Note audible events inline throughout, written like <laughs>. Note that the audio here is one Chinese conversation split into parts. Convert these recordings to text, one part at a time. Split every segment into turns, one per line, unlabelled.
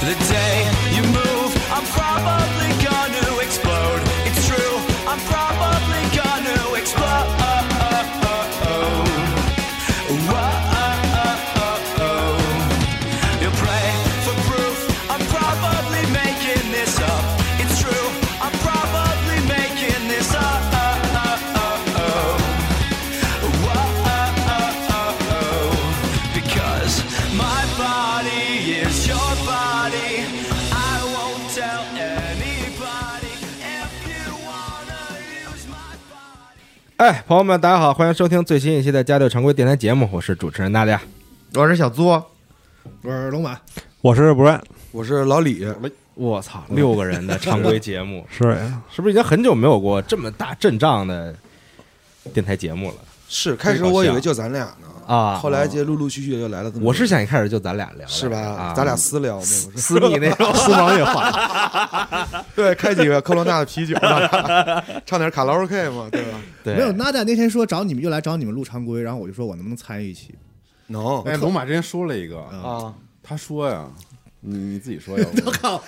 The day you move, I'm probably gonna explode. It's true, I'm probably gonna explode. Whoa. You'll pray for proof, I'm probably making this up. It's true, I'm probably making this up. Whoa. Because my body is your body. I won't tell anybody if you wanna use my body.
哎，朋友们，大家好，欢迎收听最新一期的《家队常规电台》节目，我是主持人大家。
我是小作，
我是龙马，
我是不然，，
我是老李，
我操，六个人的常规节目
是呀，
<laughs> 是不是已经很久没有过这么大阵仗的电台节目了
是开始我以为就咱俩呢，
啊
后来就陆陆续续就来了这么多人，
我是想一开始就咱俩聊，
是
啊
吧？咱俩
<laughs>
私聊那个是 <laughs>
私密那种
私房
<laughs>
夜话，
对，开几个科罗娜的啤酒吧， <laughs> 唱点卡拉 OK 嘛，对 <laughs> 吧？
对，
没有，娜娜那天说找你们又来找你们录常规，然后我就说我能不能参与一期？
能
哎，龙马之前说了一个，
啊，
他说呀，你你自己说呀，我靠，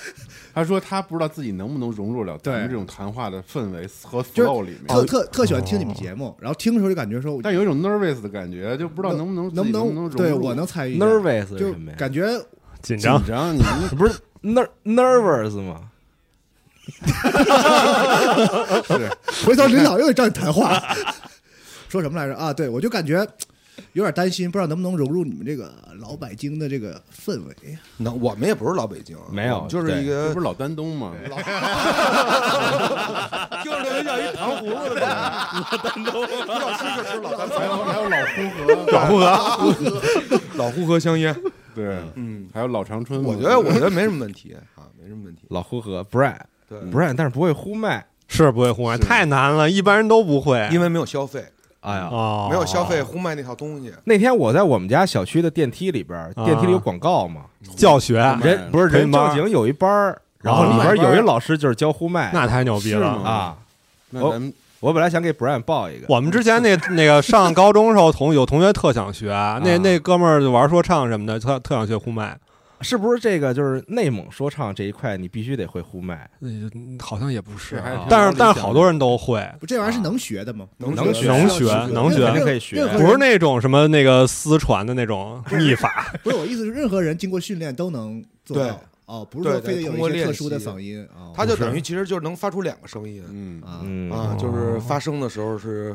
他说他不知道自己能不能融入了咱们
对
这种谈话的氛围和
就
flow 里
是特
面，
特特喜欢听你们节目，然后听的时候就感觉说，
但有一种 nervous 的感觉，就不知道能不能
能
自己
能
能融入，
对我能参与一下
nervous 是
就
什么呀？
感觉
紧
紧
张，
张，你
不是 ner nervous 吗？
回头领导又得找你谈话， <laughs> 说什么来着啊？对我就感觉有点担心，不知道能不能融入你们这个老北京的这个氛围。
能，我们也不是老北京，
没有
我们就是一
这
个
不是老丹东吗？
就是那个叫一糖葫芦的，老丹东，老吃就吃老丹
<laughs> 还
东，
有还有老呼和，
老呼和香烟，
对，嗯，还有老长春嘛，
我觉得我觉得没什么问题啊，没什么问题，
老呼和 Brian
对
Brian，但是不会呼麦，
是不会呼麦，太难了，一般人都不会。
因为没有消费，
哎呀。
哦，
没有消费呼麦那套东西，
那天我在我们家小区的电梯里边，电梯里有广告嘛，
嗯教学，
人不是
培
人
训班
正经有一班儿，然后
啊
里边有一老师就是教呼麦
那太牛逼
是
了
吗。
啊。
那咱们
我本来想给 Brian 报一个，
<laughs> 我们之前那那个上高中时候同有同学特想学，那那哥们儿就玩说唱什么的，特特想学呼麦，
是不是这个就是内蒙说唱这一块，你必须得会呼麦，
嗯好像也不是
这还
啊
挺，
但是
有理想的
但是好多人都会，
不，这玩意儿是能学的吗？
能
能
学
能
的
学能学
肯定可以学
任何
不是
人
那种什么那个私传的那种秘法，
不是我意思，是任何人经过训练都能做
对
到。哦，不是说
对对
非得有
通
一
过
些
练
特殊的
习
嗓音啊，
他就等于其实就是能发出两个声音
嗯，
啊，
嗯
啊，就是发声的时候是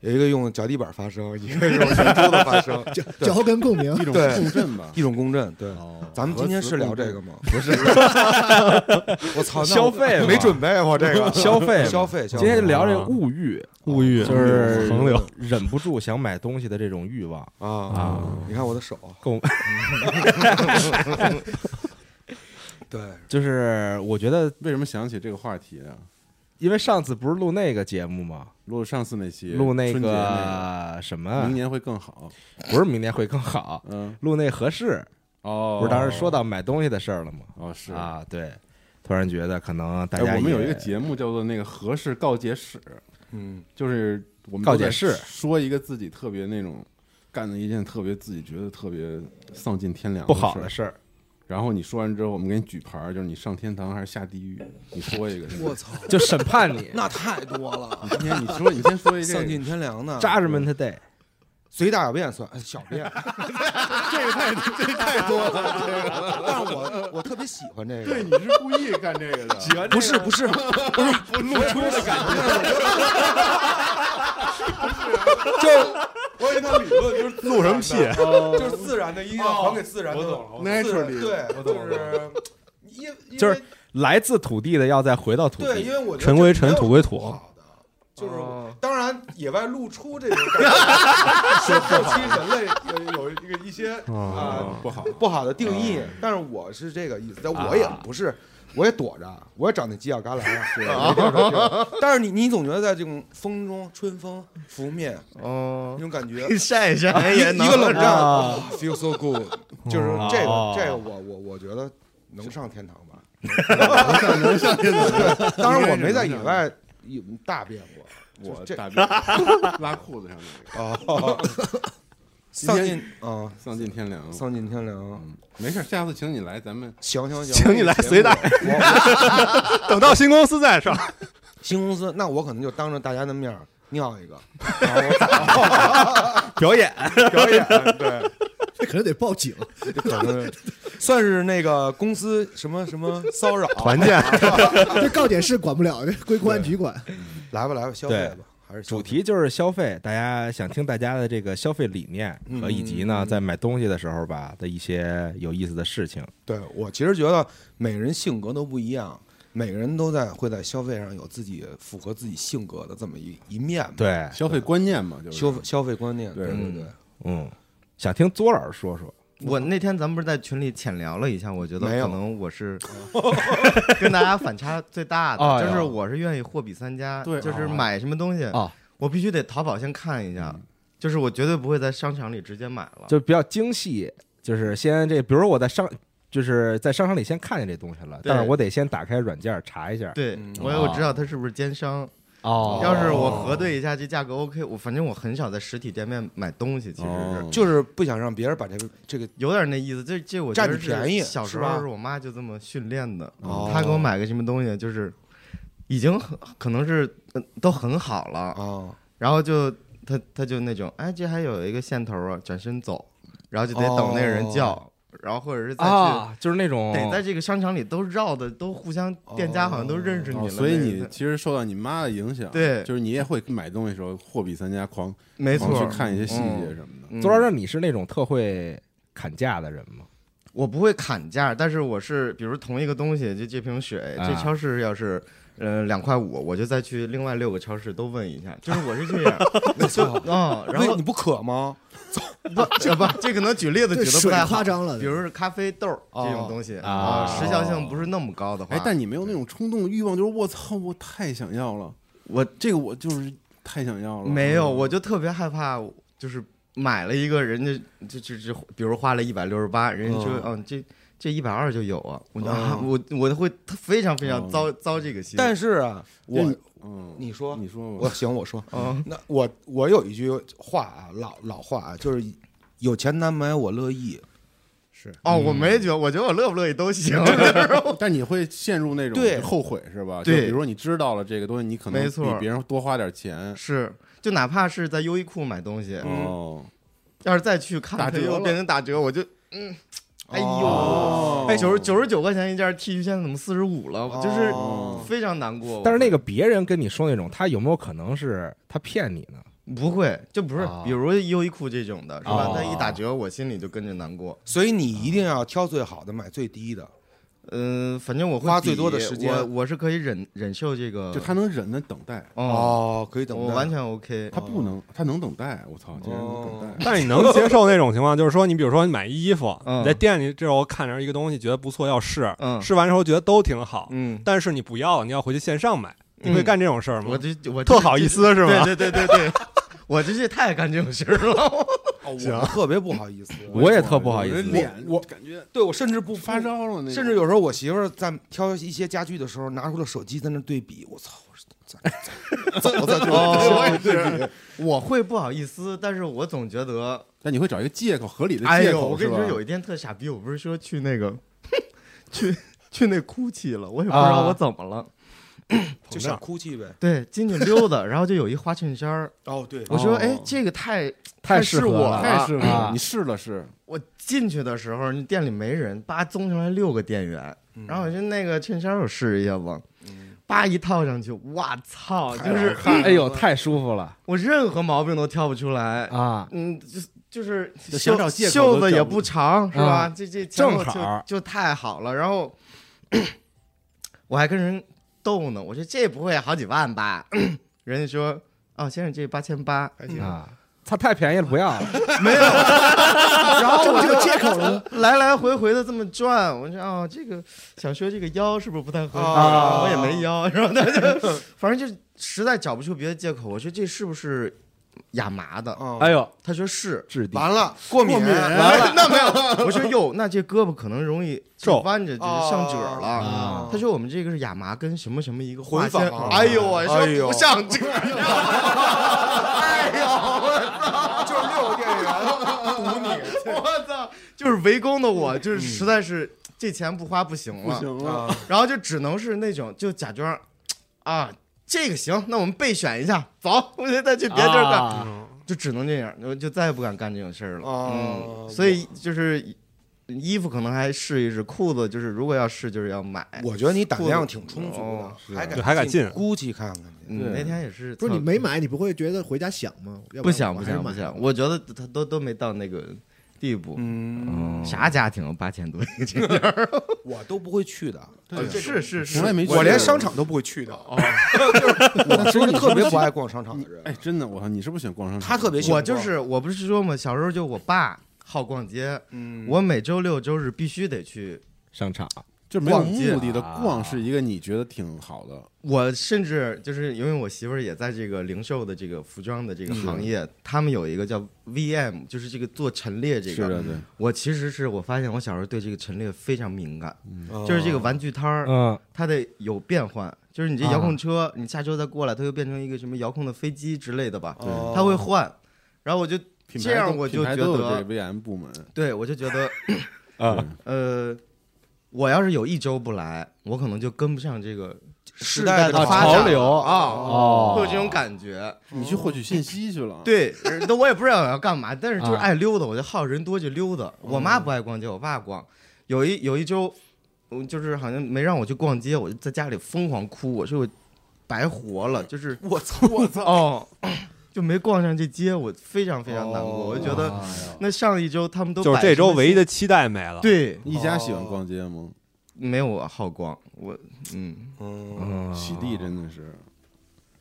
有一个用脚底板发声， <laughs> 一个用圆周的发 <laughs> 声，
脚脚跟共鸣
一种
对
共振吧，
一种共振。对，咱们今天是聊这个吗？不是， <laughs> 我操，那
消
我
费嘛
没准备啊我这个
<laughs> 消费嘛
消费，消
今天
费
就聊这个物欲，
啊
啊
物欲
就是
横流，
忍不住想买东西的这种欲望。
啊啊！你看我的手，
<laughs>
够，
对，
就是我觉得，
为什么想起这个话题啊？
因为上次不是录那个节目嘛，
录上次那期，
录那
春节那
个什
个，
么
明，年会更好，
不是明年会更好，
嗯，
录那合适，
哦，
不是当时说到买东西的事儿了吗？
哦是
啊，对，突然觉得可能大
哎，
家
我们有一
也
个节目叫做那个合适告解室，
嗯，
就是我们
告
都
解
在
室
说一个自己特别那种干的一件特别自己觉得特别丧尽天良
不好的
的事儿，
事儿，
然后你说完之后，我们给你举牌儿，就是你上天堂还是下地狱，你说一个。
我操，
就审判你
那太多了
你，今天你说你先说
<laughs>
一
丧
个，
尽天良呢，
，Judgment Day。
随大小便算哎小 <laughs> 便，这个太这个太多了，这个。但是我我特别喜欢这个，
你是故意干这个的，
不是不是不是露出的感 <laughs> 觉，就我给他理论就是
录什么
放屁，
<laughs> 就是自然的音乐
哦
还给自然的，
我懂了我懂
自然
Naturally，
对，
我懂
就
了
是因因
就是
为
来自土地的要再回到土
对，
地
因，为我觉得
尘归尘
这没有
土归
什么
土
好的就是
哦
当然野外露出这种感觉，
<laughs>
是后期人类有有一个一些啊
不好，
不好的定义，但是我是这个意思，但我也不是，我也躲着，我也长那犄角旮旯啊是 <laughs> 吧，但是你你总觉得在这种风中，春风拂面
哦
那种感觉，
<laughs> 晒一晒
一
也
个
能
一个冷战、
啊
f e e l so good，就是这个、
哦
这个我我我觉得能上天堂吧。
能上天堂。
<laughs>
当然我没在野外有大便过，
我
这 <laughs>
大便拉裤子上那个，
丧
今
尽
天
啊
丧尽天良。
丧尽天良。
嗯，没事，下次请你来，咱们
行行行，
请你来随打
我。
等到新公司再 <laughs> 上。
新公司，那我可能就当着大家的面儿尿一
<laughs>
个，
表演
表演啊对，
这可能得报警。
这可能算是那个公司什么什么骚扰。
团建，
这告检室管不了，这归公安局管。
来吧来吧，消费吧，还是消
主
费
题就是消费，大家想听大家的这个消费理念和以及呢，
嗯嗯
在买东西的时候吧的一些有意思的事情。
对我其实觉得每个人性格都不一样，每个人都在会在消费上有自己符合自己性格的这么一一面吧。
对，
消费观念嘛，就是
消费消费观念，对对对，
嗯，想听左老师说说，
我那天咱们不是在群里浅聊了一下，我觉得
没有
可能
<laughs>
我是跟大家反差最
哎
大
哦
的，
呦
就是我是愿意货比三家，
对
就是买什么东西
哦
啊，
我必须得淘宝先看一下，就是我绝对不会在商场里直接买了。
就比较精细，就是先这，比如我在商，就是在商场里先看见这东西了，
对
但是我得先打开软件查一下。
对
嗯，
我我知
哦
道它是不是奸商。
哦
要是我核对一下这价格 OK，我反正我很少在实体店面买东西，其实是
哦
就是不想让别人把这个这个
有点那意思。这这我觉得是
占你便宜
小时
是吧
候我妈就这么训练的嗯
哦，
她给我买个什么东西就是已经很可能是呃都很好了，
啊
哦
然后就他他就那种，哎，这还有一个线头啊，转身走，然后就得等那个人叫，
哦
然后或者是再去、
哦
啊，就是那种
得在这个商场里都绕的，都互相店家好像都认识你了，
哦所以你
那个
其实受到你妈的影响，
对
就是你也会买东西的时候货比三家狂，
没错
狂去看一些细节
嗯
什么的。
嗯
左老师，你是那种特会砍价的人吗？
我不会砍价，但是我是比如同一个东西，就这瓶水，
啊
这超市要是。呃，两块五，我就再去另外六个超市都问一下，就是我是这样，就嗯，然
喂
后
你不渴吗？
不这不，这可能举例子
对
举的不
水
太好
夸，张了，
比如是咖啡豆儿这种东西
啊
啊，时效性不是那么高的话，
哎，但你没有那种冲动欲望，就是我操，我太想要了，
我
这个我就是太想要了。
没有，我就特别害怕，就是买了一个人家就就就，比如花了一百六十八，人家说
嗯
嗯这这一百二就有啊，我就啊
嗯
我我会非常非常
嗯
糟糟这个心，
但是啊，
就
我
你嗯，
你说
你说
我
吧，
行我说，
嗯
那我我有一句话啊，老老话啊，就是有钱难买我乐意。
哦，我没觉得，我觉得我乐不乐意都行，
但你会陷入那种
对
后悔是吧？
对
就比如说你知道了这个东西，你可能
没错
比别人多花点钱。
是。就哪怕是在优衣库买东西，
哦，
要是再去看
打折
它又
了
变成打折，我就嗯，哎
哦
呦，哎九十九十九块钱一件 T 恤，现在怎么四十五了？我就是
哦
非常难过。
但是那
个
个别人跟你说那种，他有没有可能是他骗你呢？
不会，就不是
哦，
比如优衣库这种的，是吧
哦？
它一打折，我心里就跟着难过。
所以你一定要挑最好的，买最低的。
嗯，反正我会
花
比
最多的时间
我我是可以忍忍受这个，
就他能忍的等待，
哦，
哦，可以等待。
我完全 OK。
他不能，他能等待。我操，竟然能
哦
等待！
但是你能接受那种情况，就是说，你比如说你买衣服，
嗯
你在店里这时候看着一个东西觉得不错要试，
嗯
试完之后觉得都挺好，
嗯，
但是你不要，你要回去线上买，
嗯
你会干这种事儿吗
我？这我这
特好意思是吗？
对对对对对， <laughs> 我这是太干这种事儿了。
哦我特别不好意思，
我也特不好意
我这
思。
脸
我
感觉
对我甚至不
发，烧了，那个
甚至有时候我媳妇儿在挑一些家具的时候，拿出了手机在那对比，我操，我说咋
我操，我对我会不好意思，但是我总觉得，
但你会找一个借口，合理的
哎
借
呦，
口
我
是
跟你
吧？
说，有一天特傻逼，我不是说去那个 <laughs> 去去那哭泣了，我也不知道我怎么了，
就
胀
是哭泣呗。
对，进去溜达，然后就有一花衬衫儿，
哦，对，
我说
哦
哎，这个太
太适
是
合
我
了
太适合了
啊
你试了试，
我进去的时候，那店里没人，叭，综上来六个店员，然后我就那个衬衫我试一下吧。叭一套上去，哇操，
太
就是
好看了哎呦，太舒服了
我任何毛病都挑不出来
啊！
嗯，就就是
就
袖
想找借口
袖
都
子也
找不
不长，是吧？
啊
这这前
正
后就
好
就太好了。然后我还跟人逗呢，我说这不会好几万吧？ <clears throat> 人家说哦，先生这八千八，还
行啊。他太便宜了，不要了。
没有，然
啊
后
哦
我
这
就
不就借口了吗
<laughs> 来来回回的这么转，我说哦，这个想说这个腰是不是不太合适？
啊
我也没腰，然后他
<laughs>
就反正就实在找不出别的借口，我说这是不是亚麻的？
啊
哎呦，
他说是，
质地
完了
过敏
完 <laughs> 了
那没有
我说哟，那这胳膊可能容易
皱
弯着，就是上褶儿了。
啊
他说我们这个是亚麻跟什么什么一个
混
化纤
纺
哎呦，我
哎呦
说不上褶儿。 <laughs>
哎呦，我操，啊就是六个啊店员堵你，
我操！就是围攻的我，就是实在是这钱不花不行了，
不行
<laughs>
了
然后就只能是那种就假装啊，这个行，那我们备选一下，走， <laughs> 我就再去别地儿干，
啊
就只能这样，我就再也不敢干这种事儿了。
啊
嗯，所以就是衣服可能还试一试，裤子就是如果要试就是要买。
我觉得你胆量挺充足
哦
的，还
对
敢
还敢进
估计看看去。
嗯，那天也是，
不是你没买，你不会觉得回家想吗？要
不
然
想
我
不
还是
想不
买
想，我觉得他都都没到那个地步。
嗯，
啥家庭八千多一个这件儿？
<laughs> 我都不会去的，
是是是，
从来没去过
我连商场都不会去的。就是我是一个特别不爱逛商场的
啊
人，
哎，真的，我靠，你是不是喜欢逛商场？
他特别喜欢
我就是我不是说嘛，小时候就我爸好逛街，
嗯
我每周六周日必须得去。
商场
就是没有
逛街啊
目的的逛，是一个你觉得挺好的。
我甚至就是因为我媳妇儿也在这个零售的这个服装的这个行业，
嗯
他们有一个叫 VM，就是嗯这个做陈列这
是的，
啊
个。
对，
我其实是我发现我小时候对这个陈列非常敏感，
嗯
就是
哦
这个玩具摊儿，
嗯，
它得有变换，就是你
啊
这遥控车，你下周再过来，它又变成一个什么遥控的飞机之类的吧，
哦
它会换。然后我就
品
这
牌
样
都
我
品
就
牌
觉
都有
得
这 VM 部门
对我就
<laughs>
觉得。
啊，
嗯
呃，我要是有一周不来，我可能就跟不上这个
时代
代
的
的发
潮
展
流
啊，
哦
会有这种感觉。
你去获取信息去
<laughs>
了。，
对，呃那我也不知道我要干嘛，但是就是
啊
爱溜达，我就好人多就溜达。我
嗯
妈不爱逛街，我爸逛。有一有一周，嗯，就是好像没让我去逛街，我就在家里疯狂哭，我说我白活了，就是
我操我操，
哦，就没逛上这街，我非常非常难过。
哦
我就觉得那上一周他们都
就是
摆
这周
什么
唯一
心
的期待没了。
对
一家喜欢
哦
逛街吗？
没有我好逛，我嗯。
嗯，
喜地真的是，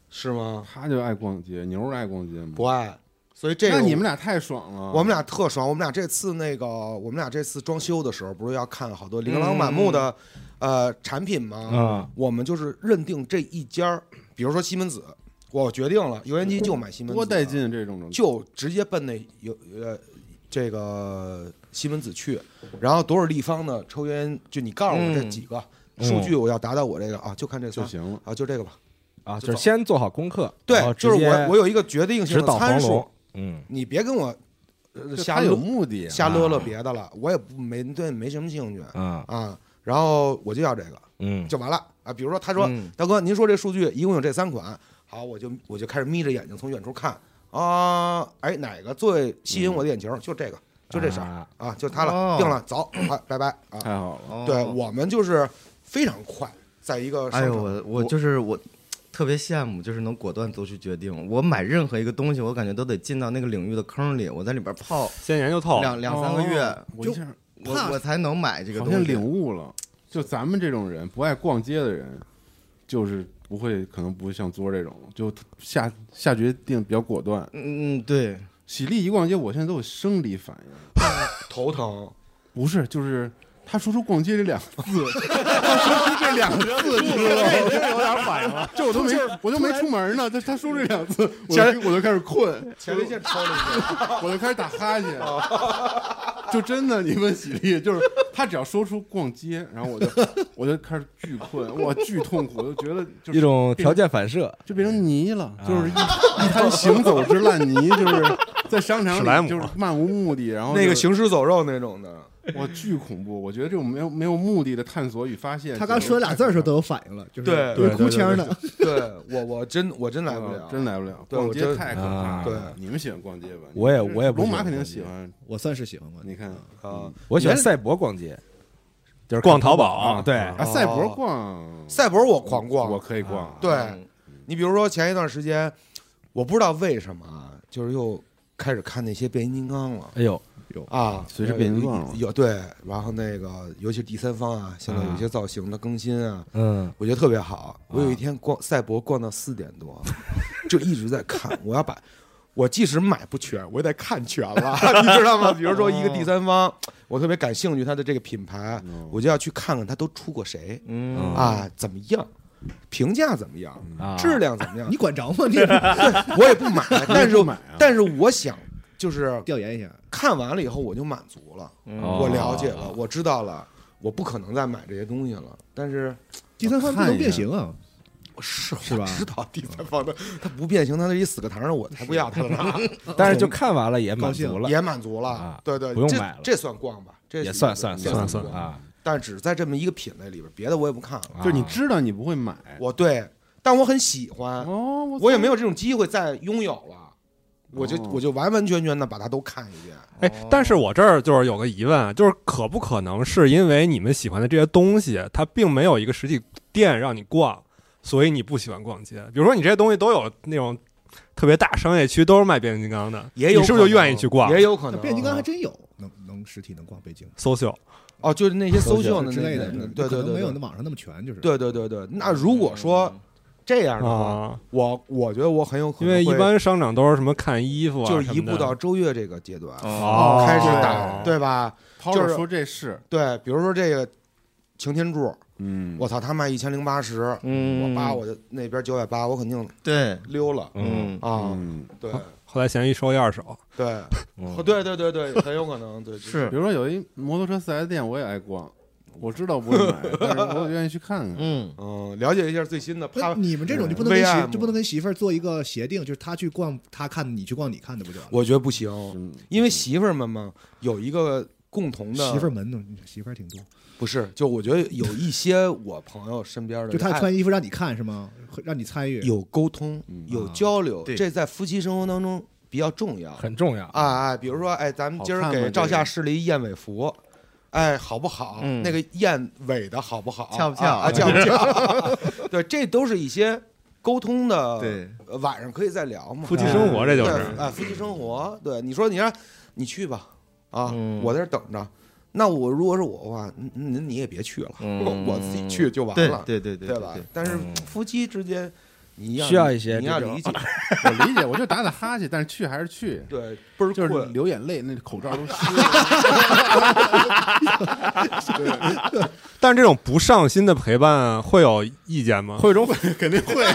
是吗？
他就爱逛街，牛儿爱逛街吗？
不爱，所以这个
那你们俩太爽了。
我们俩特爽，我们俩这次那个，我们俩这次装修的时候，不是要看好多琳琅满目的、呃产品吗？
嗯
我们就是认定这一家儿，比如说西门子，我决定了油烟机就买西门子，
多带，劲啊这种东西。
就直接奔那油呃这个西门子去，然后多少立方呢？抽烟就你告诉我这
嗯
几个、数据，我要达到我这个啊，就看这仨
就行了，
啊，就这个吧。
啊，就
就是
先做好功课，
对
然后，直
就是
接
我我有一个决定性
指
的
导
参
黄
数
龙，，嗯，
你别跟我呃
就
瞎
他有
乐
目的啊，
瞎勒勒别的了，我也不没对没什么兴趣
啊，
啊。然后我就要这个，
嗯，
就完了啊。比如说他说
嗯
大哥，您说这数据一共有这三款，好，我就我就开始眯着眼睛从远处看啊，哎，哪个最吸引我的眼球？就这个，就这色儿
啊
啊，就它
嗯哦
了，定了，走，快拜拜啊。
太好了。
哦
对我们就是非常快，在一个
哎
商
呦，
场
我我就是我特别羡慕，就是能果断做出决定。我买任何一个东西，我感觉都得进到那个领域的坑里，我在里边泡
先研究透了，
两两三个月，
我一下
就怕
我我才能买这个
哦好
东
像
西。
领悟了，就咱们这种人不爱逛街的人，就是不会，可能不会像作这种，就下下决定比较果断。
嗯，嗯，对，
喜力一逛街，我现在都有生理反应，
头疼，
不是，就是他说出“逛街”这两个 <laughs> 字，他说出这两个字，你知道吗？有点反应了，就我都没，我都没出门呢，他他说这两个字，我就我就开始困，
前列腺抽了一下，
我就开始打哈欠，就真的，你问喜力，就是他只要说出逛街，然后我 <laughs> 就我就开始巨困，哇，巨痛苦，我就觉得就是
一种条件反射，
就变成泥了，
啊
就是一一滩行走之烂泥，就是在商
史莱
场
姆
里就是漫无目的，然后
那
就
个行尸走肉那种的，
<laughs>
哇，巨恐怖！我觉得这种没有没有目的的探索与发现，
他刚说俩字儿的时候都有反应了，就是
对
有哭腔的，
对我我真我真来
来
不
哦
了，
嗯真来不了。
对
逛
我
街
真
太可怕了。
啊
对
你们喜欢逛街吧？
我也
你们
我也不
龙
喜
马
欢
肯定
逛
喜
街
欢。嗯
我算是喜欢过。
你看，
啊，
我喜欢赛博逛街，就是
逛
啊，
淘宝，
对，
啊，赛
哦
博逛，
赛博我哦狂啊逛，
我可以逛，啊
对你比如说前一段时间，我不知道为什么啊，就是又开始看那些变形金刚了
哎呦，
啊，
哦随时变形金刚了
有对，然后那个尤其是第三方啊，现
嗯
在有一些造型的更新啊，
嗯，
我觉得特别好。我有一天逛赛博逛到四点多， <laughs> 就一直在看，我要把。我即使买不全，我也得看全了， <laughs> 你知道吗？比如说一个第三
哦
方，我特别感兴趣它的这个品牌，我就要去看看它都出过谁
嗯
啊，怎么样，评价怎么样，
啊
质量怎么
<laughs> <laughs>
样
你，管着吗？你
我也不买，但是
买啊
但是我想就是
调研一下，
看完了以后我就满足了，
嗯
哦
我了解了，我知道了，我不可能再买这些东西了。但是
第三方不能变形啊，
是
是吧
我知道第三方的它不变形，它是一死个堂上，我才不要它呢，
但是就看完了也
高
满
兴
足了，
也满足了
啊。
对对，
不用
这
买了
这算逛吧？这
也算算
也
算
算逛，
啊，
但是只在这么一个品类里边，别的我也不看了。
就是你知道你不会买，
哎
我对，但我很喜欢，
哦，我
我也没有这种机会再拥有了，我就
哦
我就完完全全的把它都看一遍。
哎，但是我这儿就是有个疑问啊，就是可不可能是因为你们喜欢的这些东西，它并没有一个实体店让你逛，所以你不喜欢逛街？比如说你这些东西都有那种特别大商业区，都是卖变形金刚的，
也有
你是不是就愿意去逛？
也有可
那
能
变形金刚还真有，能能实体能逛北京
social
哦，就是那些搜秀的
之
那
类的，
那
就是
对
可
对
能
对，
没有那
对
网上那么嗯全，就是
对对对对。那如果说这样的话，
啊，
我我觉得我很有可
因
能
为一
会
般商场都是什么看衣服啊，
就是一
什么
步
的
到周越这个阶段
哦
开始
对
打，对吧？
涛
就
儿
是
说这是，
对，比如说这个擎天柱，
嗯，
我操，他卖一千零八十，
嗯
我八我就那边九百八，我肯定
对，
溜了
嗯
啊。
嗯，
对
后来闲鱼收一二手，
对
嗯
对对对对，很有可能
<laughs>
对
是
比，如说有一摩托车四 S 店，我也爱逛，我知道不会买，但是我愿意去看看。
嗯
嗯，了解一下最新的，
那
啪。
你们这种就不能跟
嗯 VM
媳就不能跟媳妇儿做一个协定，就是他去逛他看，你去逛你看的，不就完了？
我觉得不行，因为媳妇儿们嘛有一个共同的
媳妇儿门呢，媳妇儿挺多，
不是，就我觉得有一些我朋友身边的人，
就他
哎
穿嗯衣服让你看是吗？会让你参与，
有沟通，
啊
有交流，
对
这在夫妻生活当中比较重要。
很重要。
啊啊，比如说，哎，咱们今儿
好看吗
给赵夏试了一燕尾服，哎，好不好？
嗯
那个燕尾的好不好？
翘不翘
啊？啊翘不翘？对，这都是一些沟通的，
对
呃，晚上可以再聊嘛。啊
夫妻生活这就
对
是，
哎，夫妻生活，对，你说你让你去吧，啊，
嗯
我在这儿等着。那我如果是我的话，嗯嗯你也别去了，
嗯
我我自己去就完
对
了。
对对对
对吧？但是夫妻之间，你要
需要一些
你要
这种
理解，
我理解，我就打打哈欠，但是去还是去，
对，倍儿
就是
困。
流眼泪，那口罩都湿了。
但是这种不上心的陪伴啊会有意见吗？
会有一种肯定会，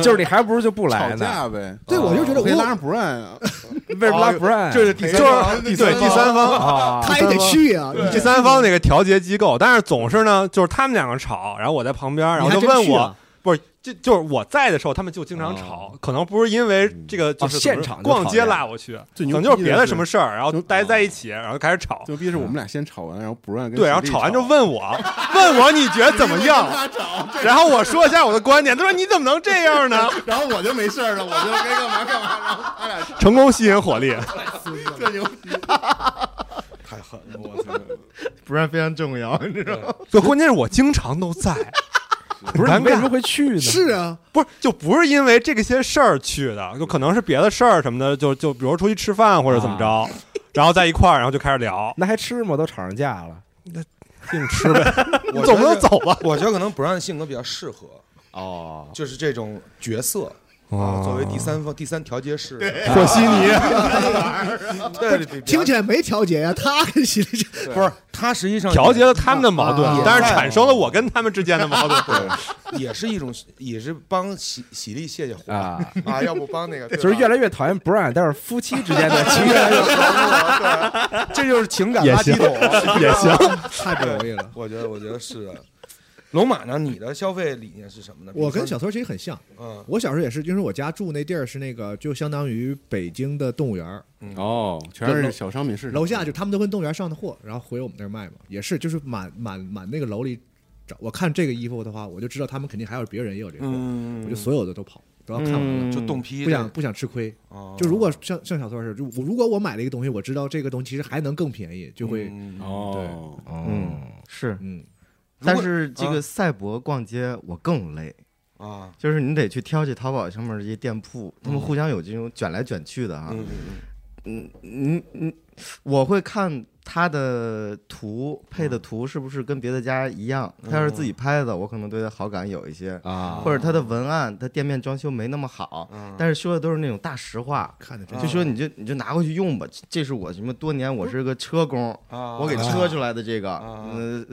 就是你还不如就不来
吵
呢，
架呗，啊
对我就觉得
可以拉
我
上不让啊，
为什么拉不让？
这是第三方，
对第三方
啊，
他也得去啊，
第三方那个调节机构，但是总是呢，就是他们两个吵，然后我在旁边，然后就问我，不是，就就是我在的时候，他们就经常吵，可能不是因为这个，就是、
哦现场就
逛街
吵架
拉我去，可
最牛逼的
能就是别的什么事儿，然后
就哦
待在一起，然后开始吵，
就必是我们俩先吵完，然后不让跟
对，然后
小丽
吵完就问
<laughs>
我，问我你觉得怎么样？然后我说一下我的观点，他说你怎么能这样呢？
<laughs> 然后我就没事儿了，我就该干嘛干嘛，然后他俩
成功吸引火力， <laughs>
特牛逼，
太狠了，我
不然非常重要，你知道吗？
对，关键是我经常都
<laughs>
在，
不是
尴
你为什
尬
么。会去呢？
是啊，
不是，就不是因为这个些事儿去的，就可能是别的事儿什么的，就就比如出去吃饭或者怎么着，然后在一块儿，然后就开始聊，
那还吃吗？都吵上架了， <laughs>
净吃呗，
我
走不
觉
能
得
走吧？
我觉得可能不让性格比较适合，
哦，
就是这种角色
啊
啊，作为第三方、第三调节室，
和稀泥，
对对，
听起来没调节呀，他跟媳妇儿
不是他实际上
调节了他们的矛盾
啊，
但是产生了我跟他们之间的矛盾。
也是一种，也是帮喜喜力泄泄火
啊
啊，要不帮那个，
<laughs> 就是越
来
来越讨厌 Brian，但是夫妻之间的情感
这就是情感
也
垃
行
圾桶，
也行。
<laughs> 太不容易了。
我觉得，我觉得是的。龙马呢？你的消费理念是什么呢？
我跟小崔其实很像，
嗯
我小时候也是，因为我家住那地儿是那个，就相当于北京的动物园儿，
哦，全是小商品市场，
楼下就他们都跟动物园上的货，然后回我们那儿卖嘛，也是就是满满满那个楼里找。我看这个衣服的话，我就知道他们肯定还有别人也有这个货，
嗯
我就所有的都跑。不要看我这个，
就冻批哦
不想不想吃亏。
想
就如果像像小托似的，就我如果我买了一个东西，我知道这个东西其实还能更便宜，就会
哦，
嗯，
是，
嗯
如果
但是这个赛博逛街我更累，
啊，
就是你得去挑起淘宝上面这些店铺，他们互相有这种卷来卷去的啊。
嗯
嗯嗯嗯，我会看他的图配的图是不是跟别的家一样，他要是自己拍的，我可能对他好感有一些，
啊，
或者他的文案、他店面装修没那么好，
嗯
但是说的都是那种大实话。
看的真
就说你就你就拿回去用吧，这是我什么多年我是个车工，
啊，
我给车出来的这个，呃，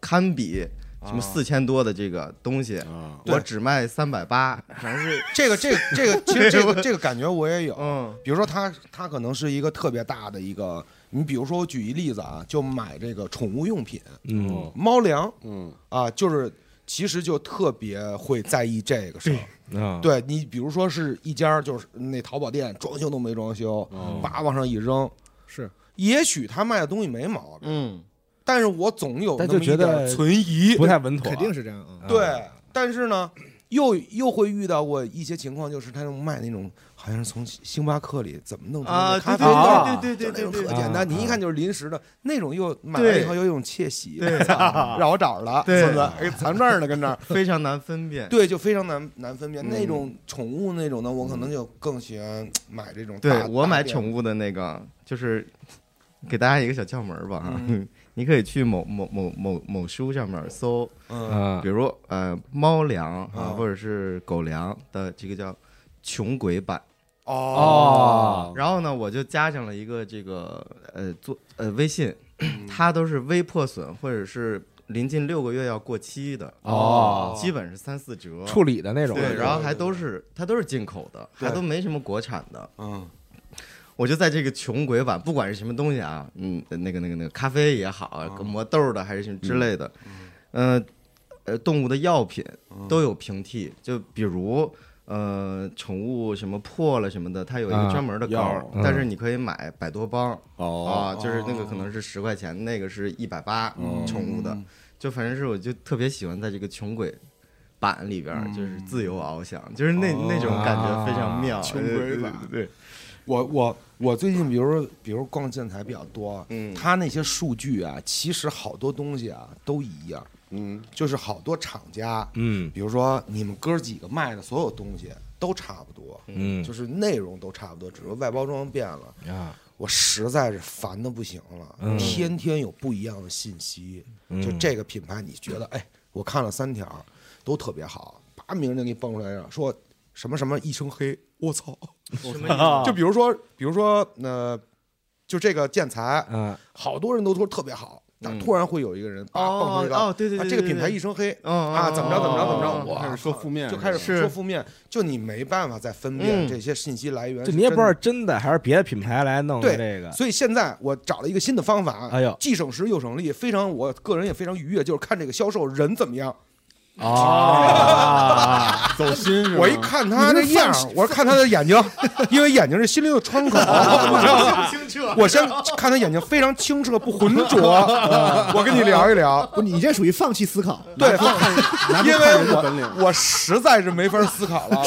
堪比
啊
什么四千多的这个东西，
啊，
我只卖三百八，反正是
这个这个这个，其实这个这个感觉我也有。
嗯
比如说他他可能是一个特别大的一个，你比如说我举一例子啊，就买这个宠物用品，
哦
嗯
猫粮
嗯，
啊，就是其实就特别会在意这个事儿。
啊，
对你，比如说是一家就是那淘宝店装修都没装修，
哦
叭往上一扔，
是
也许他卖的东西没毛病，
嗯，
但是我总有
但
那么
就觉
一点
得
存疑，
不太稳妥，
肯定是这样啊。嗯
对，但是呢，又又会遇到过一些情况，就是他那种卖那种好像是从星巴克里怎么弄出来
啊，
的咖
对
啡
对
豆儿，
啊
对
就
对
那
对
种
对
特
对，
简
啊
单，你一看就是临时的那种，又买完以后又有一种窃喜， <laughs>
对啊
操让我找着了，
对
是不是？哎，藏这儿呢，跟这儿，
非常难分辨。
对，就非常难难分辨。
嗯
那种宠物那种的，我可能就更喜欢买这种大。
对我买
物
宠物的那个，就是给大家一个小窍门儿吧啊，
嗯
<laughs> 你可以去某某某某某书上面搜，，
嗯
啊
比，如呃猫粮啊
啊，
或者是狗粮的这个叫穷鬼版。
哦，
然后呢，我就加上了一个这个呃做呃微信， <clears throat> 它都是微破损或者是临近六个月要过期的
哦
基本是三四折。
处理的那种，
对，
对
然后
对
还
对
都是它都是进口的，还
对
都没什么国产的。
嗯
我就在这个穷鬼版，不管是什么东西啊，嗯，那个那个那个咖啡也好啊，磨豆的还是什么之类的，嗯、呃呃，动物的药品
嗯
都有平替，就比如呃，宠物什么破了什么的，它有一
啊
个专门的膏儿
药，
但是你可以买百多邦
哦，哦嗯
啊，就是那个可能是十块钱，那个是一百八，宠物的，就反正是我就特别喜欢在这个穷鬼。版里边儿就是自由翱翔，就是那那种感觉非常妙。
嗯啊
呃
穷
对
鬼
对
版
对，对
我我我最近比如说比如逛建材比较多，啊
嗯
它那些数据啊，其实好多东西啊都一样，
嗯，
就是好多厂家，
嗯
比如说你们哥几个卖的所有东西都差不多，
嗯
就是内容都差不多，只是外包装变了。
啊，嗯
我实在是烦的不行了，天天有不一样的信息。就这个品牌，你觉得，哎，我看了三条，都特别好，啪，名就给你蹦出来了，说什么什么一身黑，我操！
什么意思？
<laughs> 就比如说，比如说，呃，就这个建材，
嗯
好多人都说特别好，但
嗯
突然会有一个人啪
哦
啊蹦出一个，
哦对对
啊
对
这个
对
品牌
对
一身黑，
嗯
啊，怎么着怎么着怎么着，
哦开
我
始说负面
就开始
是
说负面，就你没办法再分辨
嗯
这些信息来源，
就你也不知
道。
道真的还是别的品牌来弄的
对
这个，
所以现在我找了一个新的方法，
哎呦
既省时又省力，非常我个人也非常愉悦，就是看这个销售人怎么样。
啊，
走心是吧？
我一看他这样，我看他的眼睛，因为眼睛是心灵的窗口，你知道吗？
清澈
我先看他眼睛非常清澈不浑浊，我跟你聊一聊。
不，你这属于放弃思考，
对，因为
本领
我我实在是没法思考了，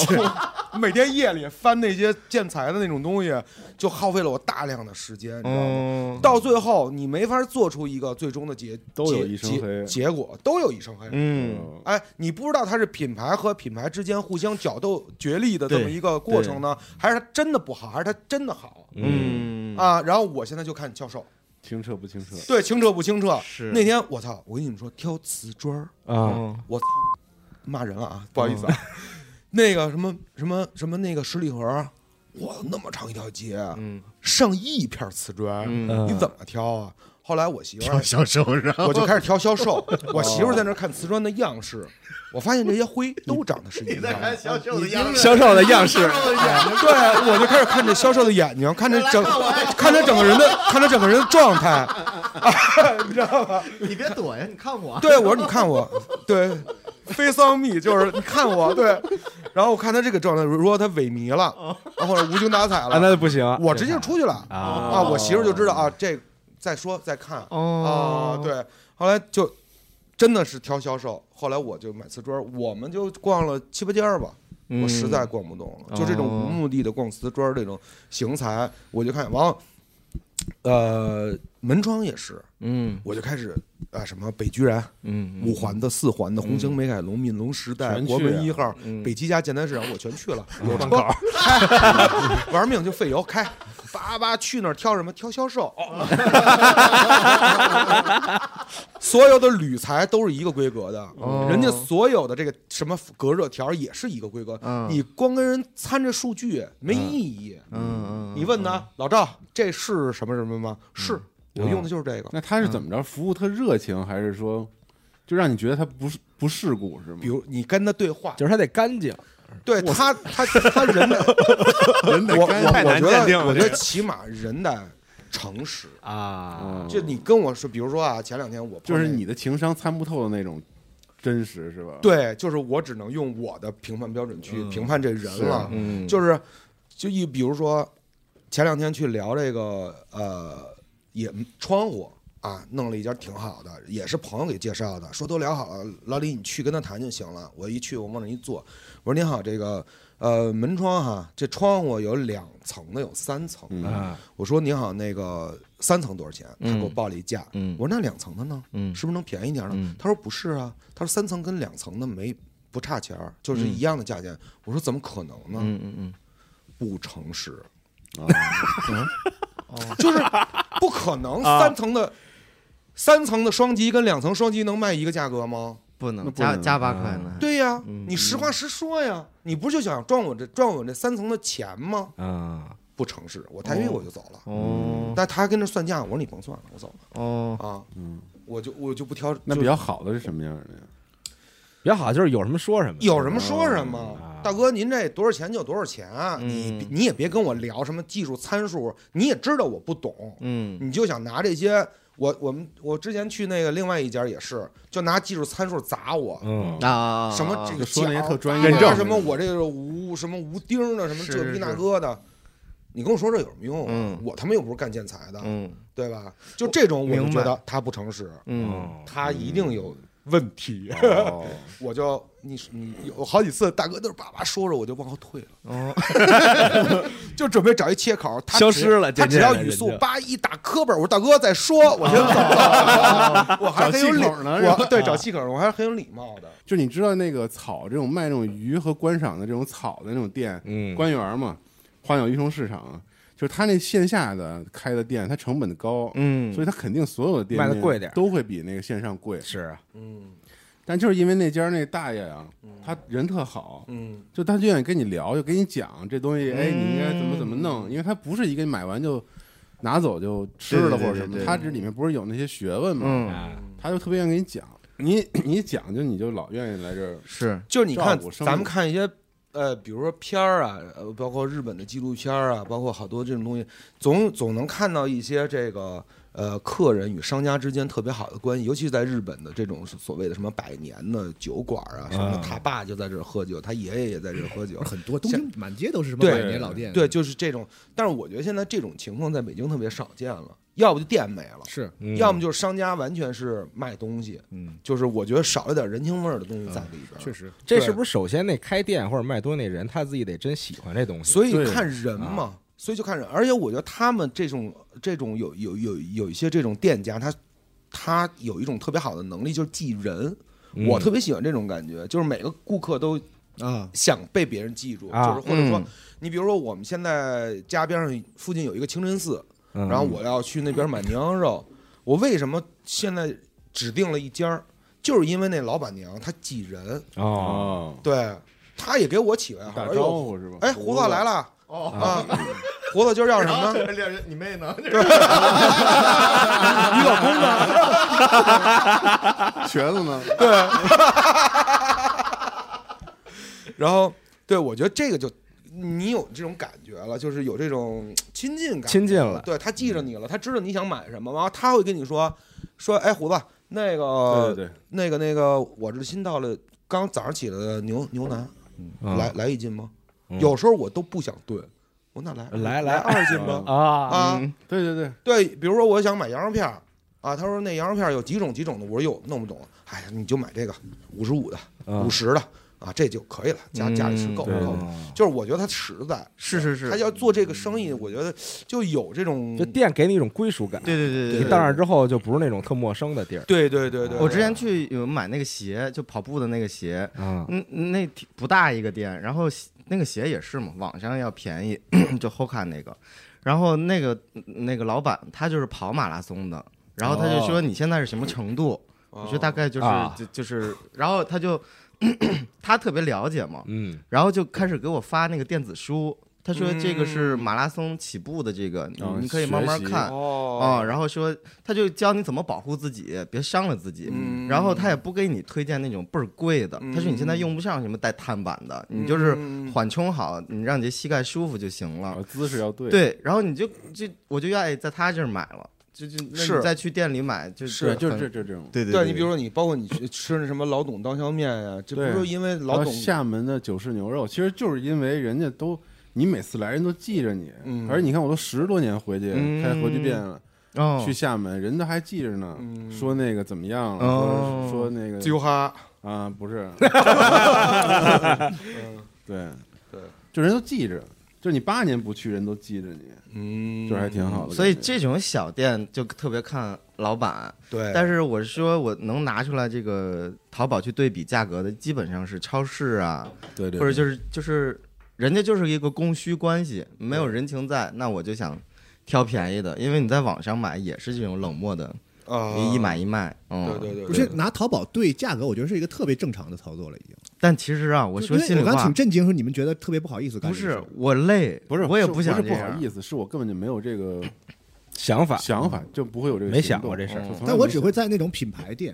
我每天夜里翻那些建材的那种东西，就耗费了我大量的时间，你知道吗？
嗯，
到最后你没法做出一个最终的结，
都有
结
一身
结
黑
结果，都有一身黑。
嗯，
哎，你不知道它是品牌和品牌之间互相角斗角力的这么一个过程呢，还是它真的不好，还是它真的好？
嗯
啊，然后我现在就看教授，
清澈不清澈？
对清澈不清澈？
是
那天我操，我跟你们说挑瓷砖儿，
啊，
我操骂人了啊， <laughs> 不好意思啊。那个什么什么什么那个十里河，哇，那么长一条街，
嗯
上亿片瓷砖，
嗯
你怎么挑啊？后来我媳妇儿，
销售是吧？
我就开始挑销 <laughs> 售。我媳妇儿在那儿看瓷砖的样式，我发现这些灰都长得是一样的。
销售的样
销售的样式，
对，我就开始看这销售的眼睛，看这整，看他整个人的，看他整个人的状态。
<laughs> 你别躲呀，你看我。啊
对，我说你看我，对非桑蜜就是你看我，对。然后我看他这个状态，如果他萎靡了，然后无精打采
啊，
了，
那就不行
我直接就出去了
啊，
啊！我媳妇儿就知道啊，这再说再看
哦
啊，对。后来就真的是挑销售，后来我就买瓷砖，我们就逛了七八家吧，
嗯
我实在逛不动了。就这种
哦
无目的的逛瓷砖这种行财，我就看完了。呃，门窗也是，
嗯
我就开始啊，什么北居然、
嗯
五环的、四环的、红星美凯龙、闽龙时代、
全
国
去啊
美一号、
嗯
北七家建材市场，我全
<laughs>
去了。有 <laughs>
档
车
口儿
开， <laughs> 玩命就费油开，叭叭去那儿挑什么？挑销售。哦 <laughs> 所有的铝材都是一个规格的，
哦
人家所有的这个什么隔热条也是一个规格。
嗯
你光跟人掺着数据没意义。
嗯嗯
你问他老赵这是什么什么吗？是我用的就是这个。
那他是怎么着？服务特热情，还是说就让你觉得他不是不世故是吗
比？如你跟他对话，
就是它得干净，
对他，他他人
<laughs>
的，人我我
太
我
难
觉
鉴定
得，
了
我觉
这
得
个
起码人得诚实。
啊
就你跟我说，比如说啊，前两天我
就
碰
是
见
你的情商参不透的那种真实是吧？，
对，就是我只能用我的评判标准去
嗯
评判这人了。
嗯
就是就一比如说，前两天去聊这个呃也窗户啊，弄了一家挺好的，也是朋友给介绍的，说都聊好了，老李你去跟他谈就行了。我一去我往那一坐，我说您好，这个呃门窗哈，这窗户有两层的，有三层的。我说您好，那个三层多少钱？他给我报了一价。
嗯嗯
我说那两层的呢？
嗯
是不是能便宜点儿呢？
嗯
他说不是啊，他说三层跟两层的没不差钱儿，就是一样的价钱。我说怎么可能呢？
嗯嗯嗯，
不诚实，
啊
就是不可能三层的、三层的双击跟两层双击能卖一个价格吗？
不能
那不
加
能
加八块呢？，
对呀、
嗯
你实话实说呀，你不是就想赚我这赚我这三层的钱吗？
嗯
啊，
不诚实，我抬腿我就走了。
哦
但他还跟那算价，我说你甭算了，我走了
哦，
啊，
嗯，
我就我就不挑，
那
就
比较好的是什么样的呀？
比较好，就是有什么说什么，
有什么说什么
啊，
大哥，您这多少钱就多少钱，你你也别跟我聊什么技术参数，你也知道我不懂，
嗯
你就想拿这些，我我们我之前去那个另外一家也是，就拿技术参数砸我，
嗯，
啊，
什么这
就
个
说那些
角
特专
啊
业的
什么我这个无什么无钉的，什么
是
这
是
逼那
是
哥的。你跟我说这有什么用啊？
嗯
我他妈又不是干建材的，
嗯
对吧？就这种，我就
明
觉
白
得他不诚实，
嗯，
他一定有问题。
嗯
哦，
<laughs> 我就你你有好几次大哥都是叭叭说着，我就往后退了，
哦，
<laughs> 就准备找一切口，他
哦消
只
失了
他
渐
只
渐
要
的
语
人
速
就
叭一打磕巴，我说大哥再说，我先走
<laughs>
了，我还很有礼
找气口呢是吧
我对找气口，我还很有礼貌的。
就你知道那个草这种卖那种鱼和观赏的这种草的那种店，
嗯
官园嘛，花鸟鱼虫市场啊，就是他那线下的开的店，它成本高，
嗯
所以他肯定所有的店
卖得
面
贵点儿
都会比那个线上贵。
是啊
嗯
但就是因为那家那大爷啊，
嗯
他人特好，
嗯，
就他就愿意跟你聊，就跟你讲
嗯
这东西，哎，你应该怎么怎么弄，因为他不是一个买完就拿走就吃了
对
或
对
者
对
什么
对，对
他这里面不是有那些学问嘛，
嗯
啊
他就特别愿意给你讲，你你讲就你就老愿意来这儿，
是，
就是你看
照顾生
咱
命
们看一些。呃，比如说片儿啊，呃，包括日本的纪录片儿啊，包括好多这种东西，总总能看到一些这个呃客人与商家之间特别好的关系，尤其在日本的这种所谓的什么百年的酒馆啊，什么
啊
他爸就在这儿喝酒，他爷爷也在这儿喝酒，
很多东京满街都是什么
对
百年老店，
对，，就是这种。但是我觉得现在这种情况在北京特别少见了，要不就店没了，
是
嗯
要么就是商家完全是卖东西，
嗯，啊
就是我觉得少了点人情味儿的东西在里边。
确，实，
对
这是不是首先那开店或者卖东西那人他自己得真喜欢这东西？
所以
对
看人嘛，所以就看人。而且我觉得他们这种这种有有有有一些这种店家，他他有一种特别好的能力，就是记人。
嗯
我特别喜欢这种感觉，就是每个顾客都
啊，
想被别人记住，
啊
就是或者说
嗯，
你比如说我们现在家边上附近有一个清真寺，
嗯
然后我要去那边买牛羊肉，我为什么现在指定了一家儿？就是因为那老板娘她记人，
哦，
哦，
对，她也给我起外号，
打
哎
招
呦，
呼是吧？
哎，胡子来了
哦
啊，胡子今儿要什
然后
么呢？
两哎人，你妹
<laughs>
呢？
你老公呢？
瘸子呢？
然后，对我觉得这个就你有这种感觉了，就是有这种亲近感，
亲近了嗯
对他记着你了，他知道你想买什么，然后他会跟你说说，哎，胡子，那个
对对对，
那个那个，我这新到了，刚早上起来的牛牛腩，
嗯
来来一斤吗？有时候我都不想炖，我那来
来
来
来
二斤吧。
啊，
啊，
嗯
对对对，
对，比如说我想买羊肉片儿啊，他说那羊肉片儿有几种几种的，我说哟弄不懂，哎呀，你就买这个五十五的、
嗯
五十的，啊，这就可以了，家家里吃够
对
够了。就是我觉得他实在，
是是是，
他要做这个生意，我觉得就有这种
这嗯店给你一种归属感，
对对对对
你
对，
到那儿之后就不是那种特陌生的地儿。
对对对对，
我之前去有买那个鞋，就跑步的那个鞋，
嗯，
嗯，那挺不大一个店，然后鞋那个鞋也是嘛，网上要便宜， <clears throat> 就 Hoka 那个，然后那个那个老板他就是跑马拉松的，然后他
哦
就说你现在是什么程度？我觉得大概就是、
啊
就就是，然后他就 <clears throat> 他特别了解嘛，
嗯，
然后就开始给我发那个电子书，他说这个是
嗯
马拉松起步的这个，你
哦
你可以慢慢
学习
看。啊、
哦，
然后说他就教你怎么保护自己，别伤了自己。
嗯
然后他也不给你推荐那种倍儿贵的，他说你现在用不上什么带碳板的，
嗯
你就是缓冲好，你让你这膝盖舒服就行了。
啊姿势要对，
对，然后你就就我就愿意在他这儿买了，就就那
是
你再去店里买，就是很
就是这这这种。
对对
对你比如说你包括你去吃那什么老董刀削面呀，这不
对
是因为
然
老
后
董
厦门的九市牛肉，其实就是因为人家都，你每次来人都记着你，
嗯
而你看我都十多年回去、
嗯
开回去店了，
哦
去厦门人都还记着呢，
嗯
说那个怎么样了，
哦
说说那个
自由哈，
啊不是，对
对，
就人都记着，就你八年不去人都记着你，
嗯
就还挺好的感觉。
所以这种小店就特别看老板，
对，
但是我是说我能拿出来这个淘宝去对比价格的，基本上是超市啊，
对对，
或者
对
就是就是人家就是一个供需关系，没有人情在，那我就想挑便宜的，因为你在网上买也是这种冷漠的，
啊，
一买一卖，嗯，
对对对，
不是拿淘宝对价格，我觉得是一个特别正常的操作了，已经。
但其实啊，我
就
说
因为
心里
我刚
话
挺，震惊，说你们觉得特别不好意思干
不
这个事
是
儿，
我累，
不是
我也
是
想
是
这
不好
样，
意思，是我根本就没有这个
想法
想法，就不会有这个
没
行
想
动
过这事儿
嗯从来
但我
没
只
想
会在那种品牌店，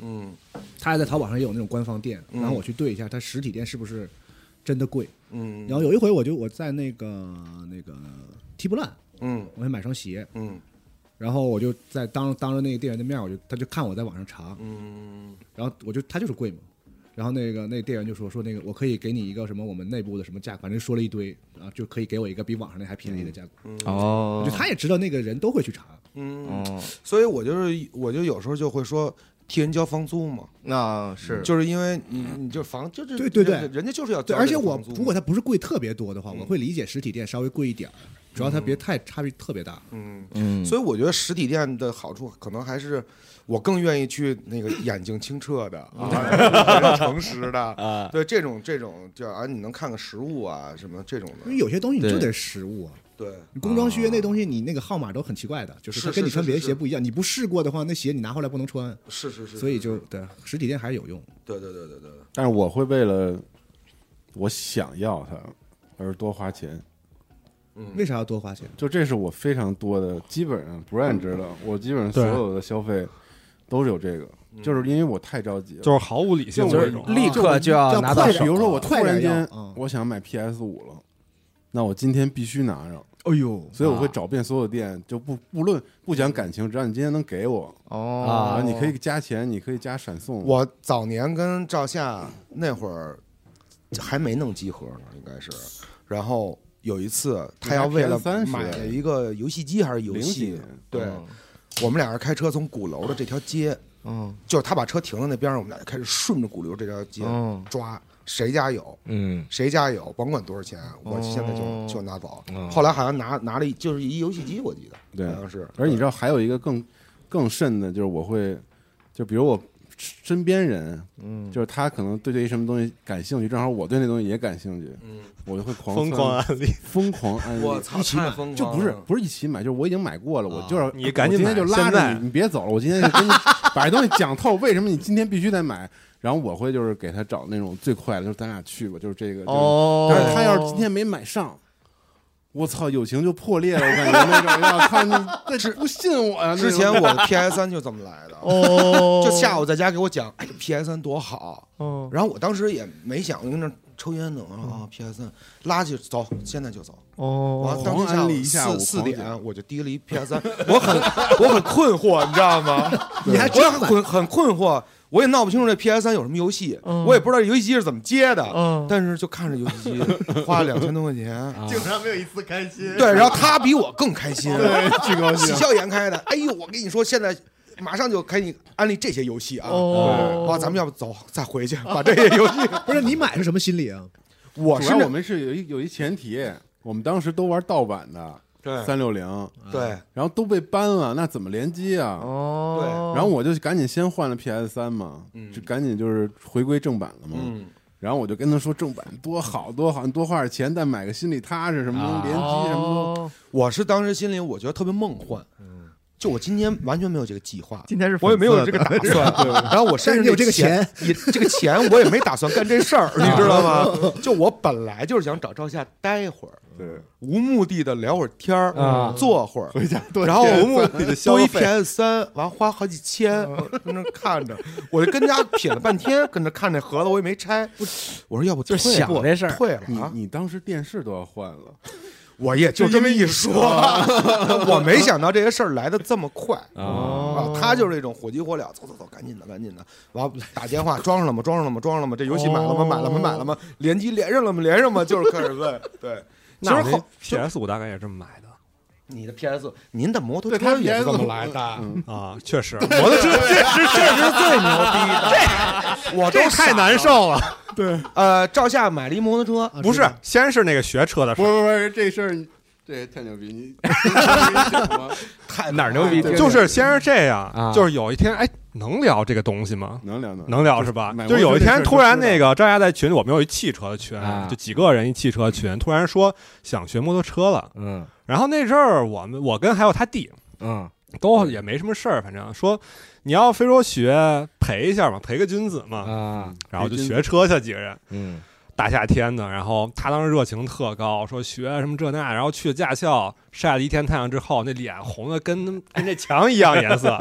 嗯
他还在淘宝上也有那种官方店，然后我去对一下，它实体店是不是真的贵。
嗯
然后有一回，我就我在那个那个 T 不烂，
嗯
我想买双鞋，
嗯
然后我就在当当着那个店员的面儿，我就他就看我在网上查，
嗯
然后我就他就是贵嘛，然后那个那店员就说说那个我可以给你一个什么我们内部的什么价格，反正说了一堆，然后就可以给我一个比网上那还便宜的价格。
哦
就他也知道那个人都会去查，
嗯，
哦，
所以我就是我就有时候就会说替人交房租嘛，
那是
就是因为你你就房就是
对对对
人人家就是要
对，
交
而
这
且
个
我
房租嘛，嗯
如果它不是贵特别多的话，我会理解实体店稍微贵一点儿，主要它别太差别特别大。
嗯。
嗯，
所以我觉得实体店的好处可能还是，我更愿意去那个眼睛清澈的
嗯
啊，诚实
<laughs>
的啊，对这种这种就啊，你能看看实物啊什么这种
因
的，
为有些东西你就
对
得实物啊，
对，
你工装靴那东西你那个号码都很奇怪的，就是它
是
跟你
是
穿
是
别的
是
鞋不一样，你不试过的话，那鞋你拿回来不能穿，
是是是，
所以就对实体店还是有用。
对对对对对，
但是我会为了我想要它而多花钱，
为啥要多花钱？
就这是我非常多的，基本上不让你知道，我基本上所有的消费都是有这个，就是因为我太着急了。
<laughs> 就是毫无理性
就
的
是
这种。
立刻就要拿到
快
手
比
点
如说我突
快
然
点要
间
嗯
我想买 PS 五了，那我今天必须拿上，
哎呦，
所以我会找遍所有店，就不不论不讲感情，只要你今天能给我
哦，
啊，
啊，
你可以加钱，你可以加闪送，
我早年跟赵夏那会儿还没弄集合呢，应该是，然后有一次他要为了
你还 PS3 时代
买了一个游戏机还是游
零几
戏
年，
对我们俩人开车从鼓楼的这条街。
嗯
就是他把车停在那边上，我们俩就开始顺着鼓楼这条街
嗯
抓，谁家有
嗯，
谁家有，甭管多少钱，我现在就
哦
就拿走
嗯。
后来好像拿拿了一就是一游戏机，我记得
对
好像是。嗯
而你知道还有一个更更甚的，就是我会，就比如我身边人，
嗯
就是他可能对这一什么东西感兴趣，正好我对那东西也感兴趣，
嗯，
我就会狂
疯
窜
狂安利，
疯狂安利。
一起买，
就不是不是一起买，就是我已经买过了，我就是
你赶
我
紧
今
买
天就拉
现在
着你，你别走了，我今天就跟你把这东西讲透，为什么你今天必须得买。然后我会就是给他找那种最快的，就是咱俩去吧，就是这个。就是
哦，
但是他要是今天没买上，我操，友情就破裂了，我感觉那种。要看你这不信我呀？
之前我的 PS 三就这么来的，
哦，
就下午在家给我讲，哎，PS 三多好。
哦嗯
然后我当时也没想，因为那抽烟呢，我说啊，PS 三拉起走，现在就走。
哦，
我当时下
狂安
午
利一下午
四四
狂
点我就提了一 PS 三， <laughs> 我很我很困惑，你知道吗？
你还
我
真买
很很困惑，我也闹不清楚这 PS 三有什么游戏，
嗯
我也不知道游戏机是怎么接的，但是就看着游戏 <laughs> 机花了两千多块钱，
竟然没有一次
<laughs>
开心，
对，然后他比我更开心，
巨高兴
喜笑颜开的。哎呦，我跟你说，现在马上就给你安利这些游戏啊。
哦
哇，咱们要不走，再回去把这些游
<laughs>
戏。
不是你买是什么心理啊？
我
主
是
要
那
我们是有一有一前提，我们当时都玩盗版的
对
三六零，
对
然后都被搬了，那怎么联机啊？
哦，
然后我就赶紧先换了 PS 三嘛，就赶紧就是回归正版了嘛。然后我就跟他说正版多好多好，你多花点钱再买个心里踏实，什么
啊
能联机什么
哦
我是当时心里我觉得特别梦幻，
嗯
就我今年完全没有这个计划，
今天是
我也没有
粉色
这
的
个打算，然后我甚
但
至
是你有这个
钱，也这个钱我也没打算干这事 <laughs> 儿，你知道吗？就我本来就是想找赵夏待会儿，
都，对，
无目的的聊会儿天
啊
儿，坐会儿，
回家多
然后
见
我目
自己的消
多一
费
PS 三，嗯完花好几千，我在那看着，我就跟家撇了半天，跟着看那盒子，我也没拆。我说要不
就是
退吧
想这事儿
退了啊
你！你当时电视都要换了，
我也就这么一说，我没想到这些事儿来的这么快啊！他就是那种火急火燎，走走走，赶紧的，赶紧的，完了打电话装上了吗？装上了吗？装上了吗？这游戏买了吗？买了吗？买了吗？联机连上了吗？连上吗？就是开始 <laughs> 问。对，其实
那
后
PS 五大概也这么买 <laughs> 的
你的 PS，您的摩托
对他
车也是这
PS
么来的？嗯
啊，确实，
摩托车确实确实最牛逼的，我都
太
傻
难
了。
受 <laughs> 了。
呃，赵夏买了一摩托车，
不是，先是那个学车的
不
事儿，
不不，这事儿这也太牛逼，你 <laughs> 你想吗
太
哪儿牛逼
对
就。是先是这样
啊，
就是有一天，哎，能聊这个东西吗？
能聊能
能聊是吧
买？
就
摩托
有一
这事
天
儿
突
就
然
知道
那个赵家在群里，我们有一汽车的群
啊，
就几个人一汽车群，突然说想学摩托车了。
嗯
然后那阵儿我们我跟还有他弟
嗯
都也没什么事儿，反正说你要非说学陪一下嘛，陪个君子嘛，
啊
然后就
陪君子
学车去几个人。
嗯
大夏天的，然后他当时热情特高，说学什么这那，然后去驾校晒了一天太阳之后，那脸红的跟跟这墙一样颜色，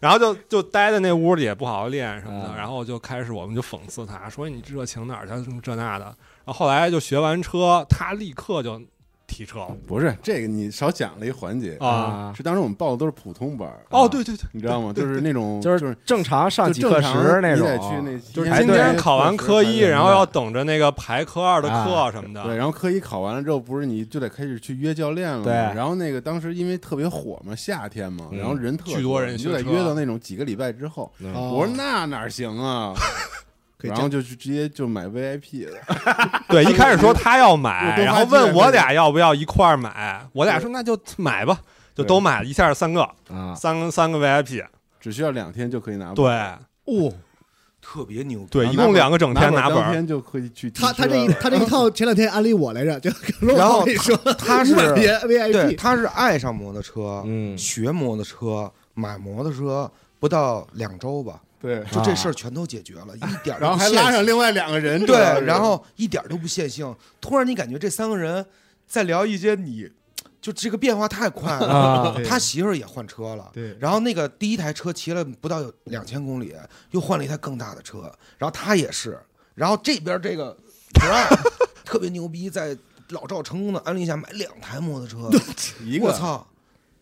然后就就待在那屋里也不好好练什么的，
嗯
然后就开始我们就讽刺他说哎你热情哪儿去什么这那的，然后后来就学完车，他立刻就提车了
不是这个，你少讲了一环节
啊。
是当时我们报的都是普通班儿，
哦，对对对，
你知道吗？就是那种
就是
就是
正常上几
就
课
正常
时那
你
种
得去那
就是
排
今
队
天考完科一，
排队
然后要等着那个排科二的
啊
课什么的。
对，然后科一考完了之后，不是你就得开始去约教练了吗？
对
然后那个当时因为特别火嘛，夏天嘛，
嗯
然后人特
巨多人
你就得
学车
约到那种几个礼拜之后。
嗯
哦
我说那哪行
<laughs>
啊？
可以
然
这
后
样，
就去直接就买 VIP 了。
对，一开始说他要买，
我都
然
花
后问
钱
我
了
俩要不要一块儿买，我俩说那就买吧，就都
对
买了一下三个，
啊
三个三个 VIP，
只需要两天就可以拿本
对
特别牛逼。
对，
然后
一
拿
共
本
两个整天拿
拿
本
当
儿，
天就可以去提车
他
了。
他这一他这一套前两天安利我来着，就然
后
你说
他是对，
VIP，
他是爱上摩托车，
嗯
学摩托车，买摩托车不到两周吧，
<laughs>
对，
就这事儿全都解决了，一点儿
然
都
后
不
还
现
拉
实
上另外两个人。主要
对，
是
然后一点儿都不线性。突然你感觉这三个人在聊一些你，就这个变化太快
啊
了。他媳妇儿也换车了，
对
然后那个第一台车骑了不到有两千公里，又换了一台更大的车，然后他也是，然后这边这个不让 <laughs> 特别牛逼，在老赵成功的安利下买两台摩托车，
一
我
个
操，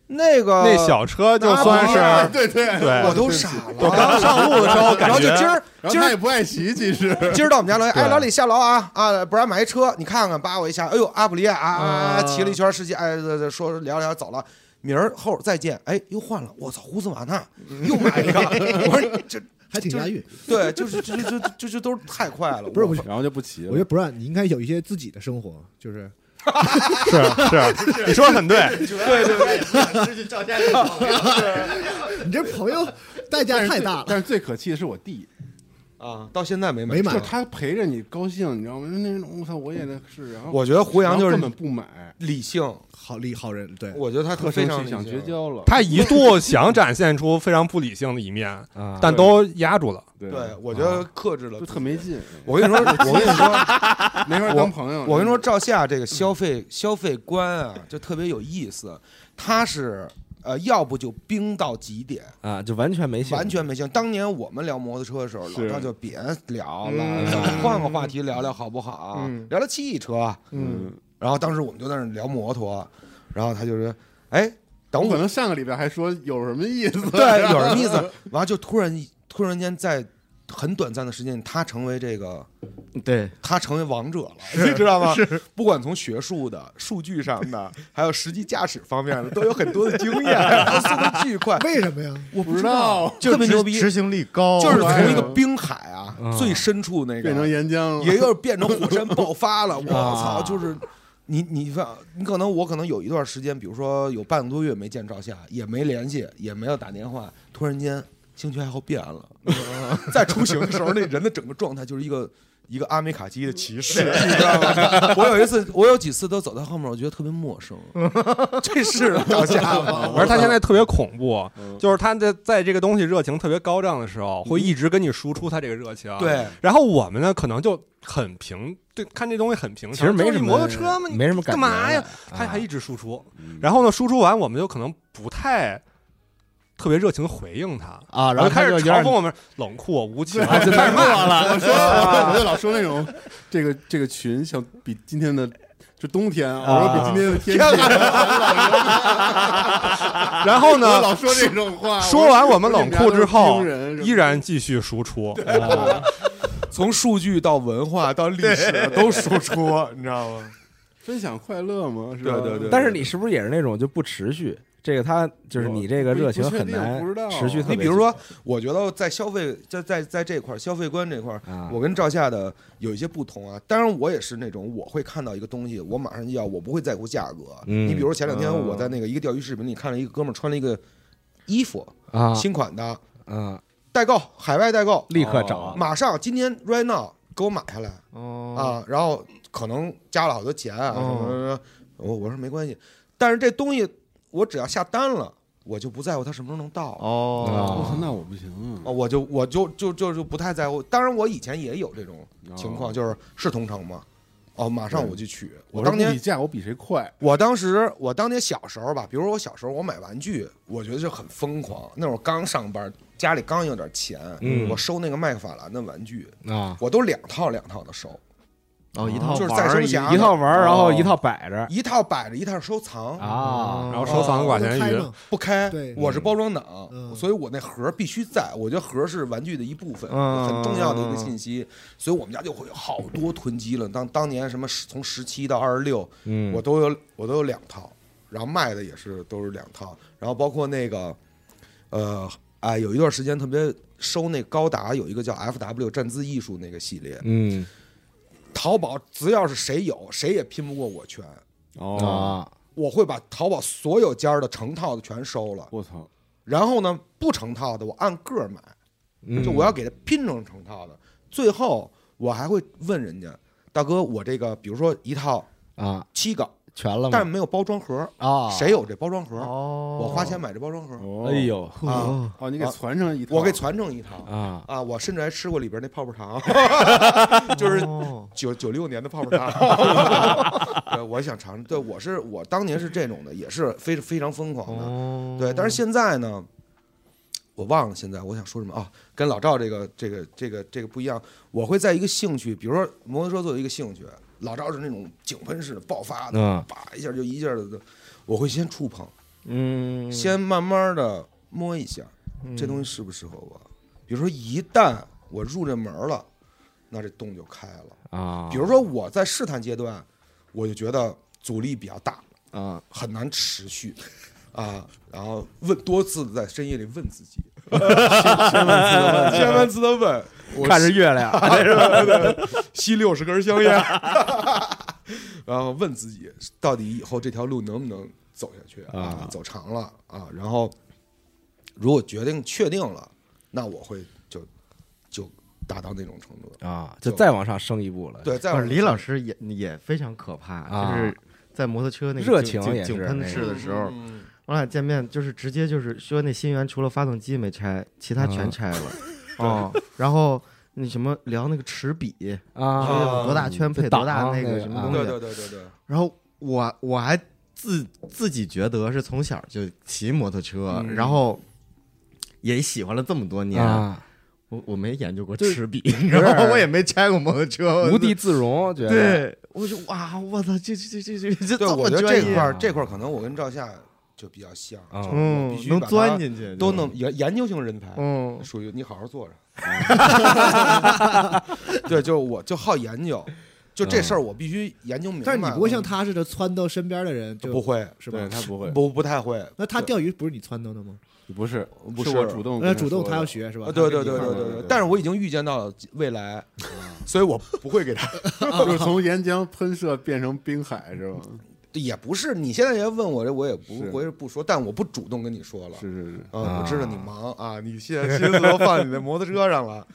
那个
那小车就算
拿
是
不
<laughs> 对对，
对
我都傻了，
我刚上路的时候感
然后就今
觉
儿
然后
今
他
儿
也不爱骑，其实。
今儿到我们家楼下，
对
哎，老李下楼啊啊，不然买一车，你看看，叭我一下，哎呦，阿普利亚啊啊啊，
啊
骑了一圈，司机哎这这说聊聊走了，明儿后儿再见，哎，又换了，我操，胡斯瓦纳又买一个，我说这
还挺押韵。
对，就是这这这这这都是太快了，
不是我
然后就不骑
我
了
觉得。不让你应该有一些自己的生活，就是
<laughs>
是是，你说的很对，
对对对，失去赵家的朋友
你这朋友代价太大了。
但是最可气的是我弟，
啊，到现在没买
没
车
买
就他陪着你高兴，你知道吗？那种我操，我也得是。然后
我觉得胡
然
杨
后
就是
根本不买，
理性，
好厉好人，对，
我觉得他
特
非
生
常
气，想
理性
绝。交了。
他一度想展现出非常不理性的一面，
啊
但都压住了。
对
对，我觉得克制了
就，特没。劲，
我 <laughs> 跟你说，我跟你说，
没法当朋友。
我跟你说，赵夏这个消
嗯
费消费观啊，就特别有意思。他是呃，要不就冰到极点，
啊，就完全没兴趣
完全没兴趣。当年我们聊摩托车的时候，老
是
赵就别聊
嗯
了，咱们换个话题聊聊好不好？
嗯
聊聊汽车。
嗯，
然后当时我们就在那儿聊摩托，然后他就说：“哎，等
我可
我。
能上个礼拜还说有什么意思”，
<laughs> 对，有什么意思？完了就突然突然间在很短暂的时间，他成为这个
对，
他成为王者了，你知道吗？不管从学术的、数据上的， <laughs> 还有实际驾驶方面的，都有很多的经验， <laughs> 他速度巨快，
为什么呀？
我不知道，特别
执
牛逼，
执行力高，
就是从一个
对
冰海啊
嗯
最深处那
<laughs> 变成
个，
岩浆了，
也有变成火山爆发了，我操，就是。你你看，你可能我可能有一段时间，比如说有半个多月没见赵夏，也没联系，也没有打电话，突然间兴趣爱好变了。 <laughs> 在出行的时候，那人的整个状态就是一个一个阿美卡基的骑士，你知道吗？ <laughs> 我有一次，我有几次都走在后面，我觉得特别陌生，这是赵夏
嗯
吗？
而他现在特别恐怖，就是他在在这个东西热情特别高涨的时
嗯
候，会一直跟你输出他这个热情。，
对，
然后我们呢，可能就很平，对，看这东西很平常，
其实没
就是
什么
摩托车嘛，你
没什么感
干
觉
嘛呀
了？
他
啊嗯
还一直输出，然后呢，输出完我们就可能不太特别热情地回应他
啊
然
然
后
后
就开
他
始
就有
嘲
点
讽我们冷酷
<laughs>
无情，
啊
就开始骂了。我说， <laughs> 我就老说那种这个这个群像比今天的就冬天啊，我说比今天的天气
<laughs>
<laughs>
然后
我
呢，
老说这种话。
说完我们冷酷之后
我说你们俩都是冰人，
依然继续
<laughs>
输出。
从数据到文化到历史都输出，你知
<laughs>
道吗？
分享快乐嘛，是吧？
对对对
但是你是不是也是那种就不持续？这个他就是你这个热情很难
我不确定不知道
持续特别久。
你比如说，我觉得在消费在在在这块儿消费观这块儿，
啊
我跟赵夏的有一些不同啊。当然，我也是那种我会看到一个东西，我马上就要，我不会在乎价格。
嗯
你比如前两天
嗯
我在那个一个钓鱼视频里看了一个哥们儿穿了一个衣服，
啊
新款的，
啊，
代购，海外代购，
立刻找
马上今天 right now 给我买下来
哦
啊，然后可能加了好多钱啊什么什么什么，我我说没关系，但是这东西我只要下单了，我就不在乎它什么时候能到。
啊
哦，
我操，那我不行
啊，
啊
我就我就就就就不太在乎。当然，我以前也有这种
啊
情
哦
况，就是是同城吗？哦，马上我就取。我
我
当
是不
年
比，价，我比谁快。
我当时，我当年小时候吧，比如说我小时候，我买玩具，我觉得就很疯狂。那会儿刚上班，家里刚有点钱，
嗯
我收那个麦克法兰的玩具，
啊，
我都两套两套的收，
哦，一套
就是
玩
再
儿
生
一
侠
一套玩儿，然后一套摆着
一套摆着，一套收藏，
啊
然后收藏寡
能
咸
开
鱼，
吗？
不开
对。
我是包装党，
嗯
所以我那盒必须在。我觉得盒是玩具的一部分，
嗯
很重要的一个信息。所以我们家就会有好多囤积了。当当年什么十从十七到二十六，
嗯
我都有我都有两套，然后卖的也是都是两套，然后包括那个，呃，哎，有一段时间特别收那高达有一个叫 FW 站姿艺术那个系列，
嗯
淘宝只要是谁有，谁也拼不过我全。
哦，
啊
我会把淘宝所有家儿的成套的全收了，
我操，
然后呢，不成套的我按个儿买，
嗯
就我要给它拼成成套的。最后我还会问人家，大哥，我这个比如说一套
啊
七个，
全了吗
但没有包装盒，
啊
谁有这包装盒？
哦，
我花钱买这包装盒，
哦
哎，呦
啊
哦，你给传上一套，
我给传承一套。
啊
啊，我甚至还吃过里边那泡
<laughs>
泡糖，就是九九六年的泡泡糖。
<laughs>
对，我想尝尝。对，我是我当年是这种的，也是非非常疯狂的。
嗯
哦，
对，但是现在呢，我忘了现在我想说什么啊，跟老赵这个这个这个这个不一样，我会在一个兴趣，比如说摩托车作为一个兴趣，老赵是那种井喷式的爆发的，
嗯
叭一下就一下的，我会先触碰，
嗯
先慢慢的摸一下，这东西适不适合我。比如说，一旦我入这门了，那这洞就开了。
啊，
比如说我在试探阶段，我就觉得阻力比较大，
啊
很难持续啊。然后问多次的在深夜里问
<laughs>
自己，千万次的问，我
看着月亮
<laughs> 吸六十根香烟， <laughs> 然后问自己到底以后这条路能不能走下去
啊
走长了啊，然后如果决定确定了，那我会就就达到那种程度。
啊，就再往上升一步了。
对，再
嗯不
往
是李老师也也非常可怕，
啊
就是在摩托车那个
热
井
情也
井井
是
喷
那
式
个
的时候，
嗯
我俩见面就是直接就是说那新源除了发动机没拆，其
嗯
他全拆
<laughs>
了，哦，然后那什么聊那个齿比，
哎
说
啊
有多大圈配
就挡
多大那
那
个
个
什么
啊
东西，
对对对对对，
然后我我还自自己觉得是从小就骑摩托车，
嗯
然后也喜欢了这么多年，
啊，
我我没研究过
就
齿比，然后我也没拆过摩托车，
无地自容，觉得
对，我就哇，我操，这这这这这这
对，
这么
我觉得
专业
这块儿这块儿可能我跟赵夏就比较像，
嗯
就是我
嗯
必，须
能
把它
钻进去
都能研研究型人才，
嗯
属于你好好坐着。 <laughs> 对，就是我就好研究，就这事儿我必须研究明白。
但是你不会像他似的撺掇身边的人，就
不会，
是吧
对？他不会，
不不太会。
那他钓鱼不是你撺掇的吗？
不是，
不
是
是
我主动跟
那呃
他说的，
主动他要
<laughs>
学是吧？
呃对
他
对
跟
对
你
对
一块儿
对对
对
对
对，
但是我已经预见到了未来，所以我不会 <laughs> 给他。
<laughs>
就是从岩浆喷射变成冰海是吧？
也不是你现在要问我这，我也不
是
我也不说，但我不主动跟你说了。
<laughs> 是是是，
啊，我知道你忙啊，你现在 <laughs> 心思都放你的摩托车上了。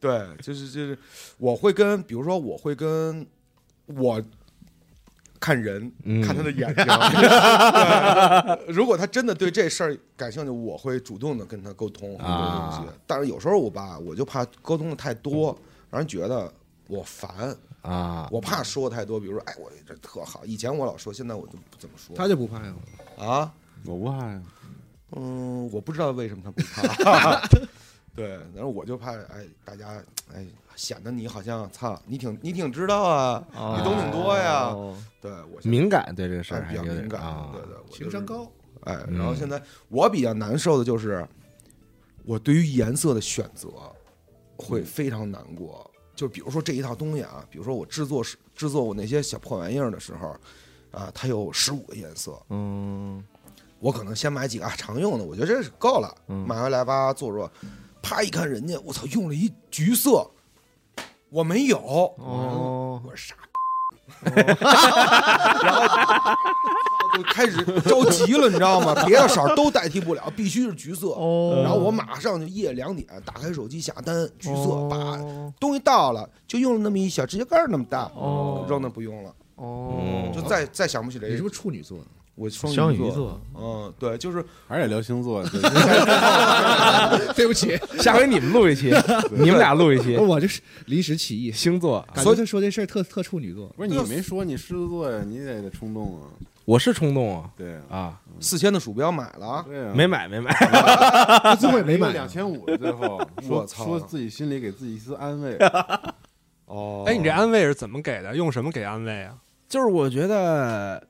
对，就是就是，我会跟，比如说我会跟我看人，看他的眼睛。对 <laughs> 如果他真的对这事儿感兴趣，我会主动的跟他沟通很多东西
啊。
但是有时候我吧，我就怕沟通的太多，让人觉得我烦，
啊，
我怕说太多。比如说，哎，我这特好，以前我老说，现在我就不怎么说。
他就不怕呀。
啊，
我不怕呀，
嗯，我不知道为什么他不
<laughs>
怕。 <laughs> 对，但是我就怕，哎，大家，哎，显得你好像，操，你挺你挺知道啊，你
哦
懂挺多呀。对我现在
敏感对这个事儿
还
还
哎比较
有点
敏感，
啊
对对，我
情商。高，
哎，
嗯
然后现在我比较难受的就是，我对于颜色的选择
嗯
会非常难过。就比如说这一套东西啊，比如说我制作时制作我那些小破玩意儿的时候，啊，它有十五个颜色，
嗯，
我可能先买几个、啊、常用的，我觉得这是够了，
嗯
买回来吧做做，啪一看人家，我操，用了一橘色，我没有，
哦，
我是傻逼，然后就开始着急了，你知道吗？别的色儿都代替不了，必须是橘色。
哦嗯呃
然后我马上就夜两点打开手机下单，橘
哦
色，把东西到了，就用了那么一小指甲盖儿那么大，扔那不用了，嗯
哦
就再再想不起来
你。是不是处女座？
我双
双
鱼
鱼
座，
座，
嗯，对，就是
还是得聊星 <laughs> 座，对
<laughs> 对不起，
下回你们录一
<laughs>
期，你们俩录一期
我这是临时起意，
星座。啊
感
所
觉他
以
说这事儿特特处女
<laughs>
座。
不是你没说你狮子座呀，你也得冲动啊，
我是冲动啊
对啊，
啊，
四千的鼠标买了啊，
对啊，
没买没买，
他最后也没买
两千五，最 <laughs> 后
我
说
操
说自己心里给自己一丝安 <laughs> 慰，
哦
哎，你这安慰是怎么给的？用什么给安慰啊？
<laughs> 就是我觉得，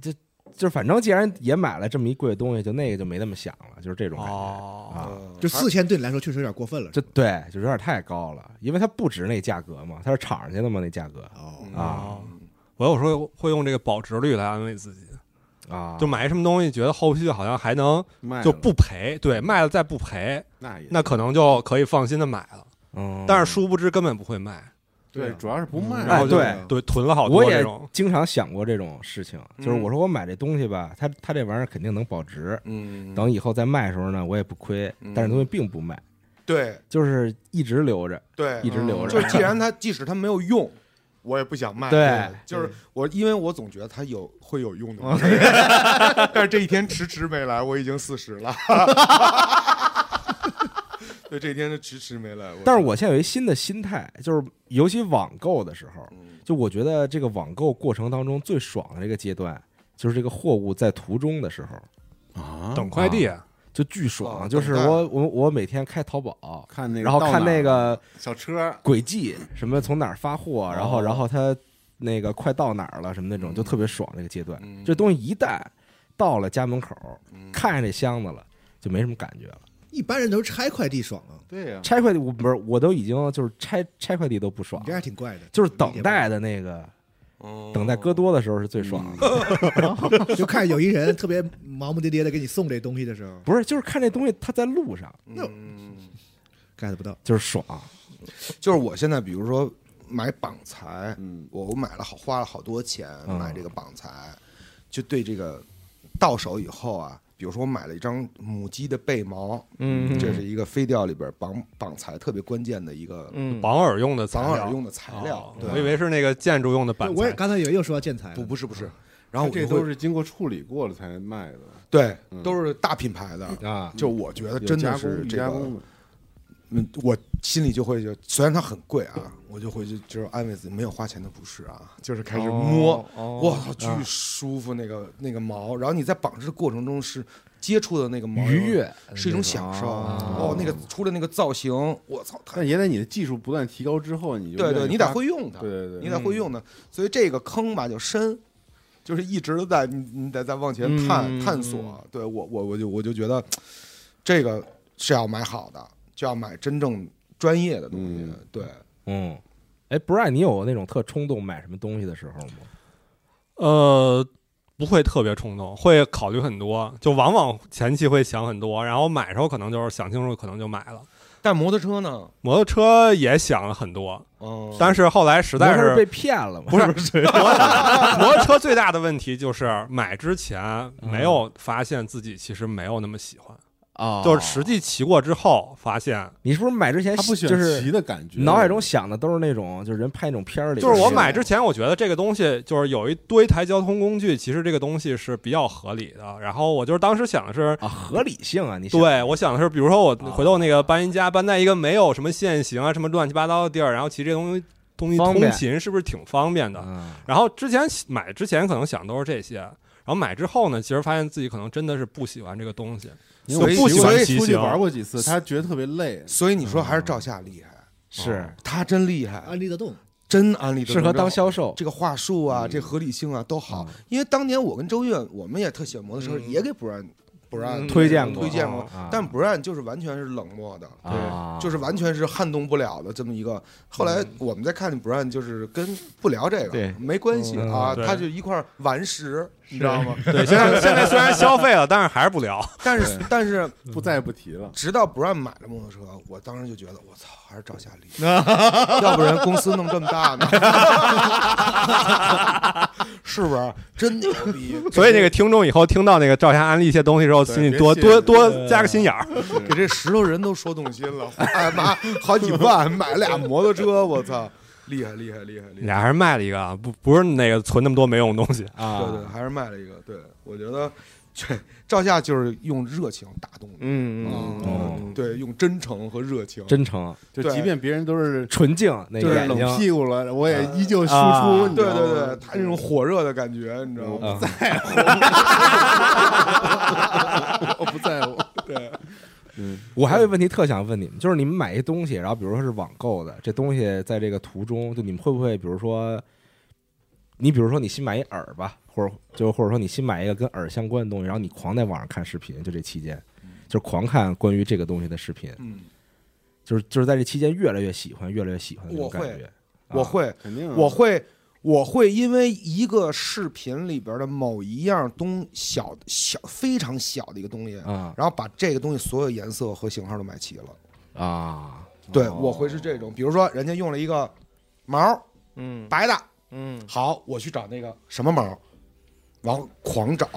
就就反正既然也买了这么一贵的东西，就那个就没那么想了，就是这种感觉
哦，
啊。
就四千对你来说确实有点过分了。
就对，就有点太高了，因为它不值那价格嘛，它是炒上去的嘛，那价格
哦，
啊
我有时候会用这个保值率来安慰自己，
啊，
就买什么东西觉得后续好像还能
卖了
就不赔，对，卖了再不赔，
那也
那可能就可以放心的买了。
嗯，
但是殊不知根本不会卖，
对，啊嗯主要是不卖，
然后就
哎
对囤了好
我
多这
也
种。嗯
经常想过这种事情，就是我说我买这东西吧，它它这玩意儿肯定能保值，
嗯，
等以后再卖的时候呢，我也不亏，
嗯
但是东西并不卖，
对
就是一直留着，
对，
一直留
就
着 <laughs>
是，既然它即使它没有用，我也不想卖。
对，
就是我，因为我总觉得它有会有用的，
<laughs>
但是这一天迟迟没来，我已经四十了。 <laughs> 对，这一天是迟迟没来。
但是我现在有一新的心态，就是尤其网购的时候，
嗯
就我觉得这个网购过程当中最爽的这个阶段，就是这个货物在途中的时候，
啊，
等快递，
就巨爽。
哦
就是
等待
我我我每天开淘宝，
看那个，
然后看那个
小车，
轨迹，什么从哪儿发货，然后然后它那个快到哪儿了什么那种，就特别爽。这个阶段，这东西一旦到了家门口，看见这箱子了。就没什么感觉了。
一般人都是拆快递爽啊，
对呀，
拆快递，我不是，我都已经就是拆拆快递都不爽
你这，还挺怪的。
就是等待的那个，
哦
等待搁多的时候是最爽的。
就看有一人特别忙不迭迭的给你送这东西的时候
不是， <laughs> 就是看这东西它在路上，
，get 不到。
就是爽。
就是我现在，比如说买绑材，
嗯，
我我买了好花了好多钱
嗯
买这个绑材，就对这个到手以后啊，比如说我买了一张母鸡的背毛，
嗯
这是一个飞钓里边绑绑材特别关键的一个
嗯
绑饵用的材
绑
料
饵用的材料
哦，我
对，
以为是那个建筑用的板
我也
材。
刚才以为又说到建材了，
不不是不是，然后我
这
就
都
会
是经过处理过了才卖的，
对
嗯
都是大品牌的，
啊，
就我觉得
有
真
加
的
工
是
有
这
加
个
工的，
嗯，我心里就会就，虽然它很贵啊，我就会就就是安慰自己，没有花钱的不是啊，就是
哦
开始摸，我操、巨舒服那个那个毛，然后你在绑织的过程中是接触的那个毛
愉，悦
是一种享受，哦，那个出的那个造型，我操，太
但也得你的技术不断提高之后，你就
对
愿
对，
意
你得
花，
会用它，
对对对，
你得会用它，所以这个坑吧就深，就是一直都在你你得在往前探、
嗯
探索。对我我我就我就觉得这个是要买好的，就要买真正专业的东西。
嗯
对，
嗯，哎，Brian，你有那种特冲动买什么东西的时候吗？
呃，不会特别冲动，会考虑很多，就往往前期会想很多，然后买的时候可能就是想清楚，可能就买了。
但摩托车呢？
摩托车也想了很多，
嗯，
但是后来实在
摩托车被
是
骗了吗？
不是 <laughs> 摩托车最大的问题就是买之前没有发现自己其实没有那么喜欢，
哦
啊
就是实际骑过之后发现，
<laughs> 你是不是买之前
他不喜
就
欢
是
骑的感觉，
脑海中想的都是那种，就是人拍那种片儿里，
就是我买之前我觉得这个东西就是有一堆台交通工具，其实这个东西是比较合理的。然后我就是当时想的是，
啊合理性啊，你想
对，我想的是，比如说我回到那个搬家，搬在一个没有什么限行啊、什么乱七八糟的地儿，然后骑这东西东西
方
通
便
勤是不是挺方便的？
嗯
然后之前买之前可能想都是这些，然后买之后呢，其实发现自己可能真的是不喜欢这个东西，
因
我
为
不喜
我
欢
也
骑
出去
行。
玩过几次，他觉得特别累。
所以你说还是赵夏厉害，
是
他真厉害
安，利得动，
真安利的
适合当销售，
这个话术啊，
嗯
这合理性啊都好。因为当年我跟周越，我们也特喜欢摩托车，也给不让不让
嗯
嗯推荐过
推荐过
啊，
但不让就是完全是冷漠的。
啊，
就是完全是撼动不了的这么一个。后来我们再看不让，就是跟不聊这个，
嗯对嗯
没关系啊，
对
他就一块
<laughs>
顽石，你知道吗？
<laughs> 对，现在现在虽然消费了，但是还是不聊。
但是但是
嗯
不再也不提了。
直到不让买了摩托车，我当时就觉得我操，还是找夏
<laughs>
利，要不然公司弄这么大呢， <laughs> 是不是？真牛逼！
所以那个听众以后听到那个赵霞安利一些东西之后，心里
别
多
谢
多
谢
多加个心眼儿。
<laughs> 给这石头人都说动心了， <laughs> 哎妈，好几万买俩摩托车，我操，厉害厉害厉害厉害！
<laughs> 你还是卖了一个啊，不不是那个存那么多没用的东西。 <laughs>
啊，
对对，还是卖了一个。对我觉得，这赵夏就是用热情打动你，
嗯
嗯
嗯
对，用真诚和热情。
真诚
就
对
即便别人都是
纯净那
就是
眼
冷
睛，
屁股了，我也依旧输
啊
出。你知
对
道
对
吗
对，他那种火热的感觉，你知道吗？
嗯
我不在乎。
我还有一个问题特想问你们，就是你们买一东西，然后比如说是网购的，这东西在这个途中，就你们会不会，比如说，你比如说你新买一耳吧，或者就或者说你新买一个跟耳相关的东西，然后你狂在网上看视频，就这期间，就是狂看关于这个东西的视频，
嗯，
就是就是在这期间越来越喜欢，越来越喜欢的那种
我
感
会
觉。
我会，
肯定啊
我会，我会因为一个视频里边的某一样东小小非常小的一个东西，
啊
然后把这个东西所有颜色和型号都买齐了。
啊
对，
哦
我会是这种，比如说人家用了一个毛儿
嗯
白的，
嗯
好，我去找那个什么毛儿，然后狂找，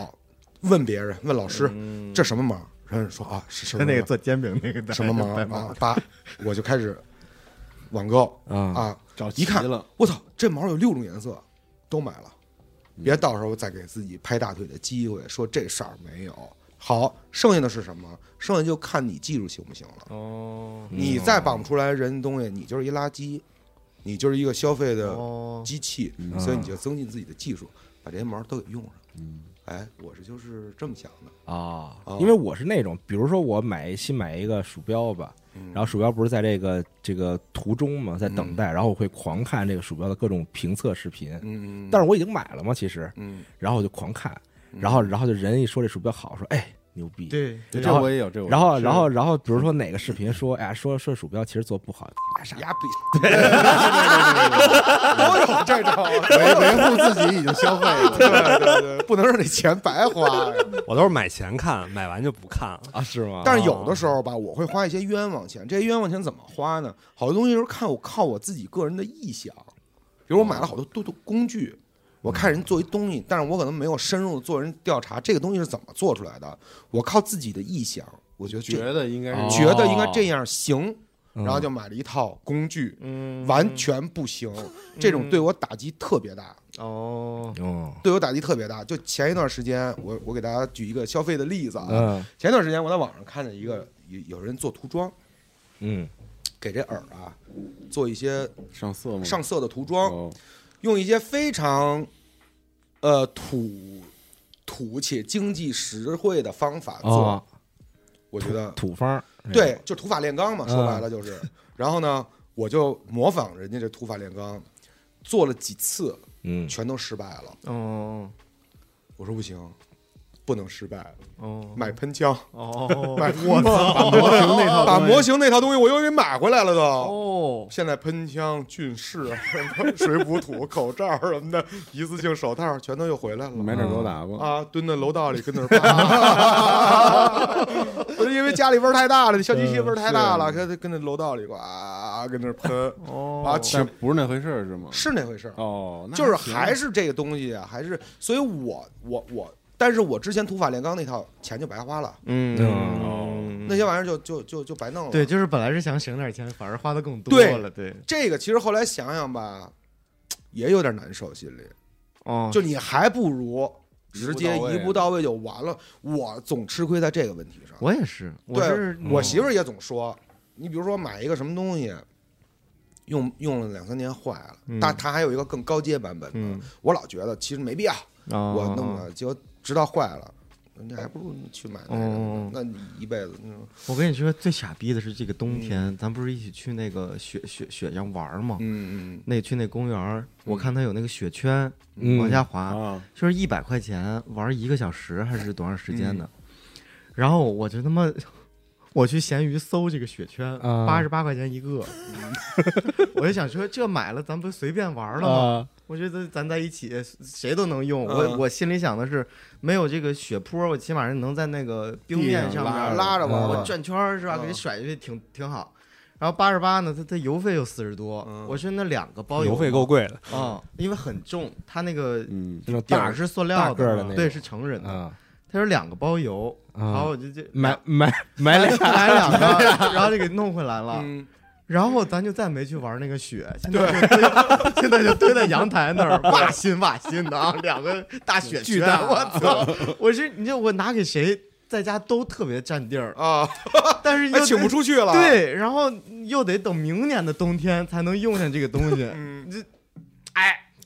问别人，问老师，这什么毛儿？然后人说啊，是什么毛儿
做煎嗯饼那个
什么毛儿啊？八，我就开始网购
啊
啊，
找
一
齐
看
了，
我操，这毛儿有六种颜色，都买了，别到时候再给自己拍大腿的机会，说这色儿没有。好，剩下的是什么？剩下就看你技术行不行了。
哦
你再绑不出来人东西，你就是一垃圾，你就是一个消费的
哦
机器，所以你就增进自己的技术，把这些毛都给用上。哎，我是就是这么想的。
啊
啊！
因为我是那种，比如说我买新买一个鼠标吧，然后鼠标不是在这个这个途中嘛，在等待，然后我会狂看这个鼠标的各种评测视频。
嗯
但是我已经买了嘛，其实，
嗯，
然后我就狂看，然后然后就人一说这鼠标好，说哎牛逼，
对
对
然
这
后
我也有这我也有。
然后
是
然后然后比如说哪个视频说哎呀说说鼠标其实做不好，
傻逼，都有这种，
维维护自己已经消
<laughs>
费
<laughs>
了，
对对对，不能让这钱白花呀。
我都是买前看，买完就不看了。
啊是吗？
但是有的时候吧，我会花一些冤枉钱。这些冤枉钱怎么花呢？好多东西是看我靠我自己个人的臆想，比如我买了好多多多工具，我看人做一东西，但是我可能没有深入地做人调查这个东西是怎么做出来的，我靠自己的臆想，我觉得
觉
这
得应该是
觉得应该这样行。然后就买了一套工具，
嗯
完全不行，
嗯
这种对我打击特别大。
哦
嗯
对我打击特别大。就前一段时间，我我给大家举一个消费的例子啊。
嗯
前一段时间我在网上看见一个有有人做涂装，
嗯
给这耳啊做一些
上色吗？
上色的涂装，
哦
用一些非常呃土土且经济实惠的方法
啊
做，我觉得
土方儿
对，就土法炼钢嘛，
嗯
说白了就是。然后呢，我就模仿人家这土法炼钢，做了几次
嗯
全都失败了。
哦
我说不行，不能失败，
哦
买喷枪，
哦
买我操，把模型那套，把模型那套东西我又给买回来了都。
哦，
现在喷枪、军士、什么 <laughs> 水补土、口罩什么的，一次性手套全都又回来了。
买点罗达吧。
啊，蹲在楼道里跟那儿 <laughs> 啪，不是因为家里味儿太大了，小机器味儿太大了，跟跟那楼道里呱跟那儿喷，啊，
但
请
不是那回事儿
嗯
是吗？
是那回事儿，
哦，那
就是
行
还是这个东西啊，还是所以我我我，但是我之前土法炼钢那套钱就白花了，
嗯
那些玩意儿就就就就白弄了。
对，就是本来是想省点钱，反而花的更多
对
了，对，
这个其实后来想想吧，也有点难受，心里
哦，
就你还不如直接一
一
步
步
到位就完了。我总吃亏在这个问题上。
我也是，我
对
是嗯
我媳妇儿也总说，你比如说买一个什么东西，用用了两三年坏了，
嗯
但它还有一个更高阶版本的，
嗯
我老觉得其实没必要，
哦
我弄了，结果直到坏了。那还不如去买那个呢
哦，
那你一辈子，嗯你说
我跟你说，最傻逼的是这个冬天，咱不是一起去那个雪雪雪上玩儿吗？
嗯嗯
那去那公园儿，我看他有那个雪圈
嗯
往下滑，
啊，
就是一百块钱玩一个小时还是多长时间的？然后我就他妈， <laughs> 我去闲鱼搜这个雪圈，
啊
八十八块钱一个，我就想说这买了咱不随便玩了吗？
啊，
我觉得咱在一起谁都能用。我我心里想的是，没有这个雪坡，我起码是能在那个冰面上
拉
面
拉着玩
我
玩
转圈儿是吧？
嗯
给甩出去挺挺好。然后八十八呢，它它邮费有四十多，
嗯
我说那两个
哦
包
邮费够贵的，
啊，因为很重，它那个
嗯，
那种
底
大
儿是塑料
大个儿的
嘛
那
对，
种
是成人的。
啊，
它有两个包邮，然后我就就
买买买俩，
买两个，然后就给弄回来了。
嗯，
然后咱就再没去玩那个雪，现在就堆，现在就堆在阳台那儿，哇心哇心的啊，两个大雪
巨
巨
大
蛋，我操！我是你这我拿给谁在家都特别占地儿，
啊，
但是又
还
得
请不出去了，，
对，然后又得等明年的冬天才能用上这个东西，
嗯，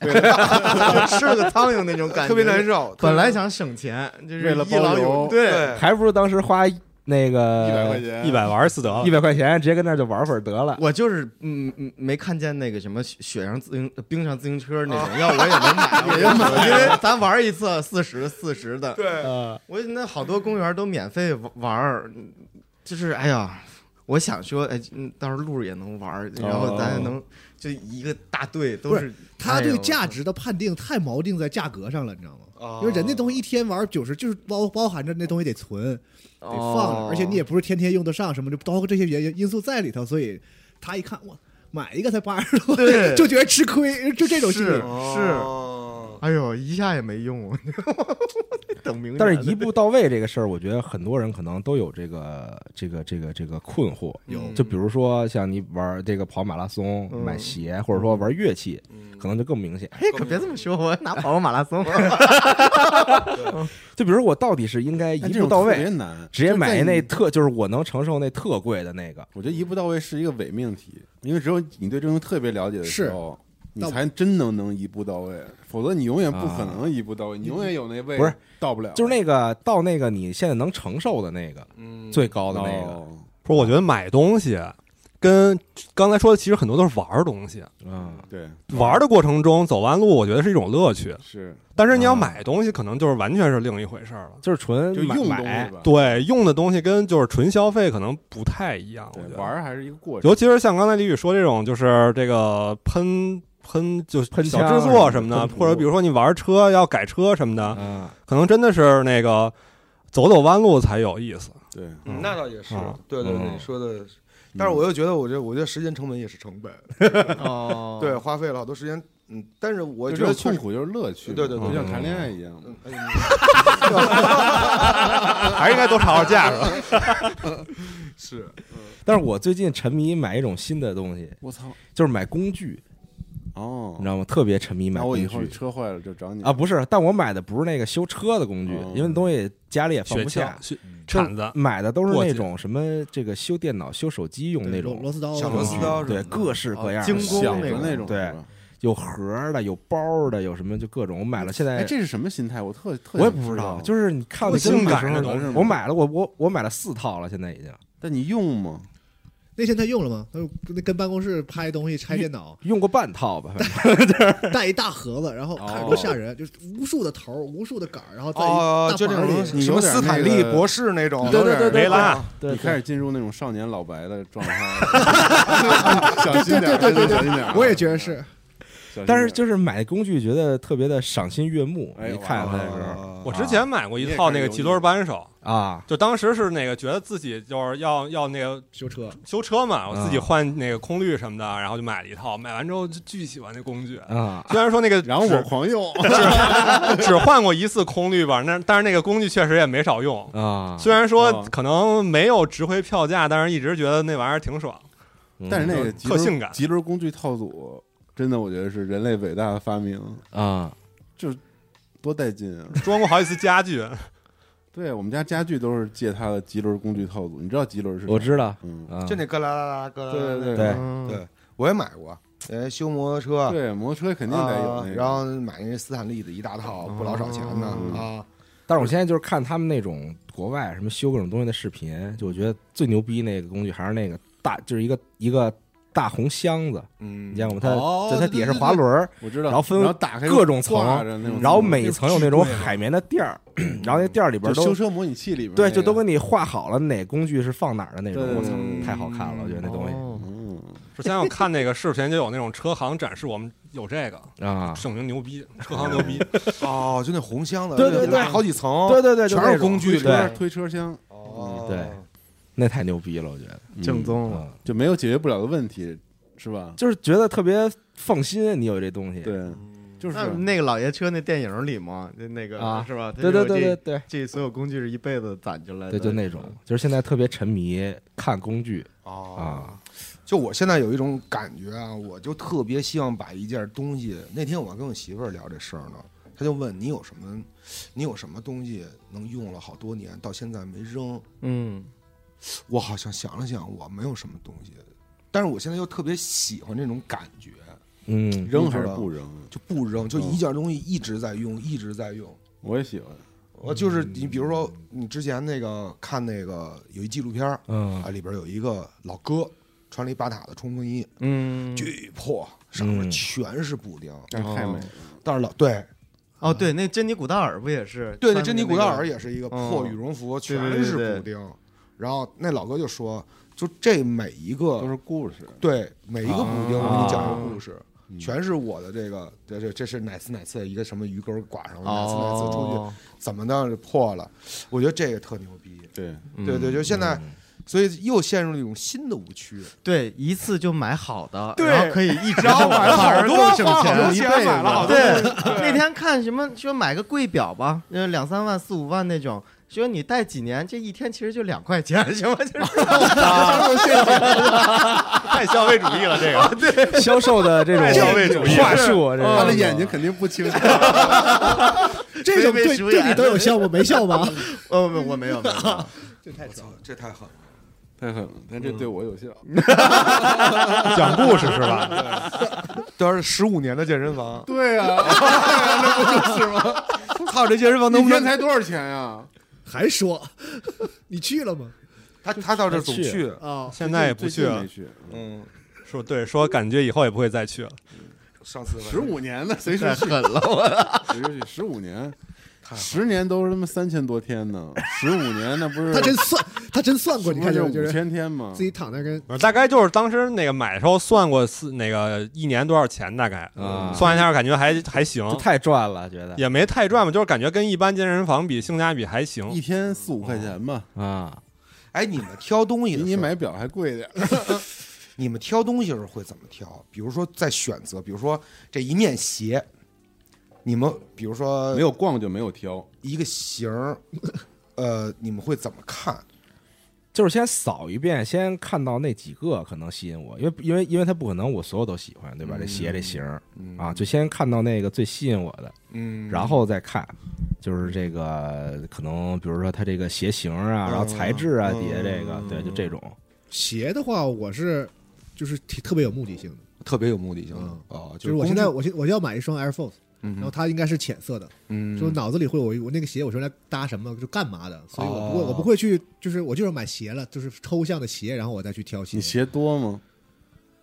<laughs> 吃了个苍蝇那种感觉，
特别难。受。
本来想省钱，就是
为了
一
包
劳
邮
永 <laughs> 对，
对，
还不如当时花那个
哎一百块钱，
一百玩死得了
一。百块钱，直接跟那儿就玩会儿得了。
我就是嗯嗯没看见那个什么雪雪上自行冰上自行车那种，要我也能买，也买，因为咱玩一次四十四十的，
对，
呃，
我那好多公园都免费玩儿，嗯就是哎呀，我想说哎，嗯到时候路也能玩儿，然后咱也能就一个大队都
不
是
他
哎呦
对价值的判定太锚定在价格上了，你知道吗
哦？
因为人那东西一天玩九十，就是包包含着那东西得存、
哦
得放着，而且你也不是天天用得上什么，就包括这些原因因素在里头，所以他一看我买一个才八十多，<laughs>
对
就觉得吃亏，就这种心理
是。是，哎呦一下也没用，等明年
但是一步到位这个事儿，我觉得很多人可能都有这个这个这个这个困惑。
嗯
有
就比如说像你玩这个跑马拉松、买鞋，或者说玩乐器，
嗯
可能就更明显。
嘿可别这么说，我拿跑过马拉松，
就比如说我到底是应该
但
一
这
步
种
到
特别
位，
难，
直接买
就在
那
你
特，就是我能承受那特贵的那个。
我觉得一步到位是一个伪命题，因为只有你对这东西特别了解的时候，你
但
才真能能一步到位，否则你永远不
啊
可能一步到位，你永远有那位
不是
到不了，
就是那个到那个你现在能承受的那个，
嗯
最高的那个，
哦
不是，我觉得买东西跟刚才说的，其实很多都是玩儿东西。
嗯，
对，
玩儿的过程中走弯路，我觉得是一种乐趣。
是
但是你要买东西，可能就是完全是另一回事儿了。
就是纯
就
买
用东
买
西吧，
对，用的东西跟就是纯消费可能不太一样。我
对
觉得
玩儿还是一个过程，
尤其是像刚才李宇说这种，就是这个喷喷就
喷
小
枪啊
制作什么的
喷，涂
或者比如说你玩车要改车什么的，
啊，
可能真的是那个走走弯路才有意思。
对，
嗯那倒也是
啊，
对对对，
嗯
你说的是，但是我又觉得，我觉得，我觉得时间成本也是成本，
<laughs> 哦
对，花费了好多时间，嗯，但是我
就
觉
这
得
种
确
痛
实，
苦就是乐趣嘛，
对对对
就像
对
谈恋爱一样嘛，
嗯哎呀
还是应该多吵吵架是吧？
是
但是我最近沉迷买一种新的东西，
我操，
就是买工具，
哦
你知，道吗？特别沉迷买
那我以
工
后
具
车坏了就找你
啊，，不是，但我买的不是那个修车的工具
哦，
因为东西家里也放
雪
不下
橇、。雪嗯铲子，
买的都是
簸箕
那种什么这个修电脑、修手机用嗯那
螺
种
螺丝刀
小
是吧
螺丝刀
对，各式各样的，
精工
小
那
的
种
那种，
对
是吧
有盒的，有包的，有什么就各种。我买了，现
哎，
在
这是什么心态？我特特
我也
想，
不知道，就是是你看
多
我
性
新
感
买的
啊
时
都是
候，我买了，我我我买了四套了，现在已经。
但你用吗？
那天他用了吗？他说跟跟办公室拍东西、拆电
<laughs>
脑，
用过半套吧，反正
带一大盒子，然后看着多吓人，就是无数的头儿、无数的杆儿，然后在
哦，
一
就
大
那
板
种
里。
你
什么
有点
斯坦
那
利
个
博士那种，
对对对啊对
维拉
对
你
对
开始进入那种少年老白的状态了，小心点儿，
对对对对对对
小心点儿啊，
我也觉得是，
小心点儿，
但是就是买工具觉得特别的赏心悦目，
哎
你看它的时候
哦
我之前买过一套那个棘轮扳手，
啊，
就当时是那个觉得自己就是要要那个
修车
修车嘛，我自己
啊
嗯
换那个空滤什么的，然后就买了一套，买完之后就巨喜欢那工具。
嗯
啊，
虽然说那个
然后我
只
狂用，
<laughs> 只换过一次空滤吧，那但是那个工具确实也没少用。
啊，
虽然说
啊
嗯
可能没有值回票价，但是一直觉得那玩意儿挺爽。
但是那个
特
棘轮
性感
棘轮工具套组真的，我觉得是人类伟大的发明，
那啊，
多带劲啊！
装过好几次家具，
对我们家家具都是借它的棘轮工具套组，你知道棘轮是啥？
我知道，
嗯，
啊
就那咯啦啦啦咯啦啦啦，
呃对对
对
嗯对，我也买过，呃，修摩托车，
对，摩托车肯定得有
啊
那个。
然后买那斯坦利的一大套，不老少钱呢
嗯
啊！
但是我现在就是看他们那种国外什么修各种东西的视频，就我觉得最牛逼那个工具还是那个大，就是一个一个大红箱子，
嗯
你见过吗？它
哦
就它
对
底下是
对对
滑轮儿，
我知道，
然后分
打开
各种层
挂着那种
然后每层有那种海绵的垫儿，然后那垫儿里边
就
儿
修
都
车模拟器里边
对，就都
跟
给你画好了哪工具是放哪儿的那种。
对对
我
对
操
嗯，
太好看了，我觉得那东西
嗯，
之前我看那个视频就有那种车行展示，我们有这个，
啊，
证明牛
嗯
逼，车行牛逼。
哦，就那红箱子，
对对
那
对
好几层，
对对对，就
全
那
是
种
工具
推车
对，
推车厢
哦，
对那太牛逼了，我觉得。
正宗了。
嗯，
就没有解决不了的问题，是吧？
就是觉得特别放心，你有这东西。
对，就是
那那个老爷车那电影里嘛，就那个、
啊
是吧？他
对对
就
对对
这
对
这所有工具是一辈子攒下来的，
对，就那种，就是现在特别沉迷看工具
哦，
啊
就我现在有一种感觉啊，我就特别希望把一件东西。那天我跟我媳妇儿聊这事儿呢，她就问你有什么，你有什么东西能用了好多年，到现在没扔？
嗯，
我好像想了想，我没有什么东西，但是我现在又特别喜欢这种感觉，
嗯，
扔还是不扔？啊
就不扔，就一件东西一直在用，一直在用。
我也喜欢。
我就是你，比如说你之前那个看那个有一纪录片儿
嗯
<laughs>
啊，里边有一个老哥穿了一巴塔的冲锋衣，
嗯，
巨破，上面
嗯
全是补丁，
但是太美了，
但是老对
哦，对，那珍妮古道尔不也是？
对，那
穿
珍
的
妮古道尔
个嗯
也是一个破羽绒服，
对
全
对
是
对
补丁。然后那老哥就说，就这每一
都
个
是故事。
对每一个补
啊
丁，我给你讲一个故事
嗯，
全是我的这个这这这是哪次哪次一个什么鱼钩挂上了，哪次哪次出去
哦，
怎么的破了，我觉得这个特牛逼。
对，
对对，
嗯
就现在，所以又陷入了一种新的误区。
对，一次就买好的，
对
然后可以一直
然后
<laughs>
买了好
好
多
省
花好多
钱。
一辈子
对， <laughs> 那天看什么说买个贵表吧，呃，两三万、四五万那种，说你戴几年，这一天其实就两块钱，行吗？
<laughs>
就是
太消费主义了，
<laughs>
这个
销售的 <laughs> 这种
消费主义
话术，这
他的啊
是
眼睛肯定不清楚。
啊这种
被
对
熟
对
眼
你都有效吗？没效吧？
呃，不我没有，没有
这太操，这太狠了。
太狠了，但这对我有效。
讲故事是吧？
都是十五年的健身 <laughs> 房，
对 <laughs> 啊，那不就是 <laughs> 吗？
操，这健身房能
一
不
天
能？
才多少钱 <laughs> 呀？
还说 <laughs> 你去了吗？
他他倒是总
去
去，
啊，
现在也不
最
去
近
了
没，去，
嗯，
说对，说感觉以后也不会再去了。
上次
十五年呢，谁
太
说去？
狠了，我
<laughs> 谁说去？十五年，十年都是他妈三千多天呢，十五年那不是
他真算，他真算过，你看
这
这
五
个就是
千天吗
自？己躺那跟
反正呃大概就是当时那个买的时候算过四那个一年多少钱，大概
啊
算一下，感觉还还行，
<laughs> 就太赚了，觉
<laughs>
得
也没太赚吧，就是感觉跟一般健身房比，性价比还行。
一天四五块钱吧，
啊，
哎，你们挑东西
比
的时候，
你买表还贵点儿。
你们挑东西的时候会怎么挑？比如说在选择，比如说这一面鞋，你们比如说
没有逛就没有挑，
一个型儿，呃，你们会怎么看？
就是先扫一遍，先看到那几个可能吸引我，因为因为因为它不可能我所有都喜欢，对吧？这鞋这型儿啊，就先看到那个最吸引我的，
嗯，
然后再看，就是这个可能，比如说它这个鞋型啊，然后材质啊，底下这个，对，就这种。
鞋的话，我是就是挺特别有目的性的，
特别有目的性
嗯
啊，
就是我
工
现在
具
我现我就要买一双 Air Force，
嗯
然后它应该是浅色的，
嗯
就脑子里会有一我那个鞋我是用来搭什么就干嘛的，所以我不会、
哦
我不会去就是我就是买鞋了，就是抽象的鞋，然后我再去挑鞋，
你鞋多吗？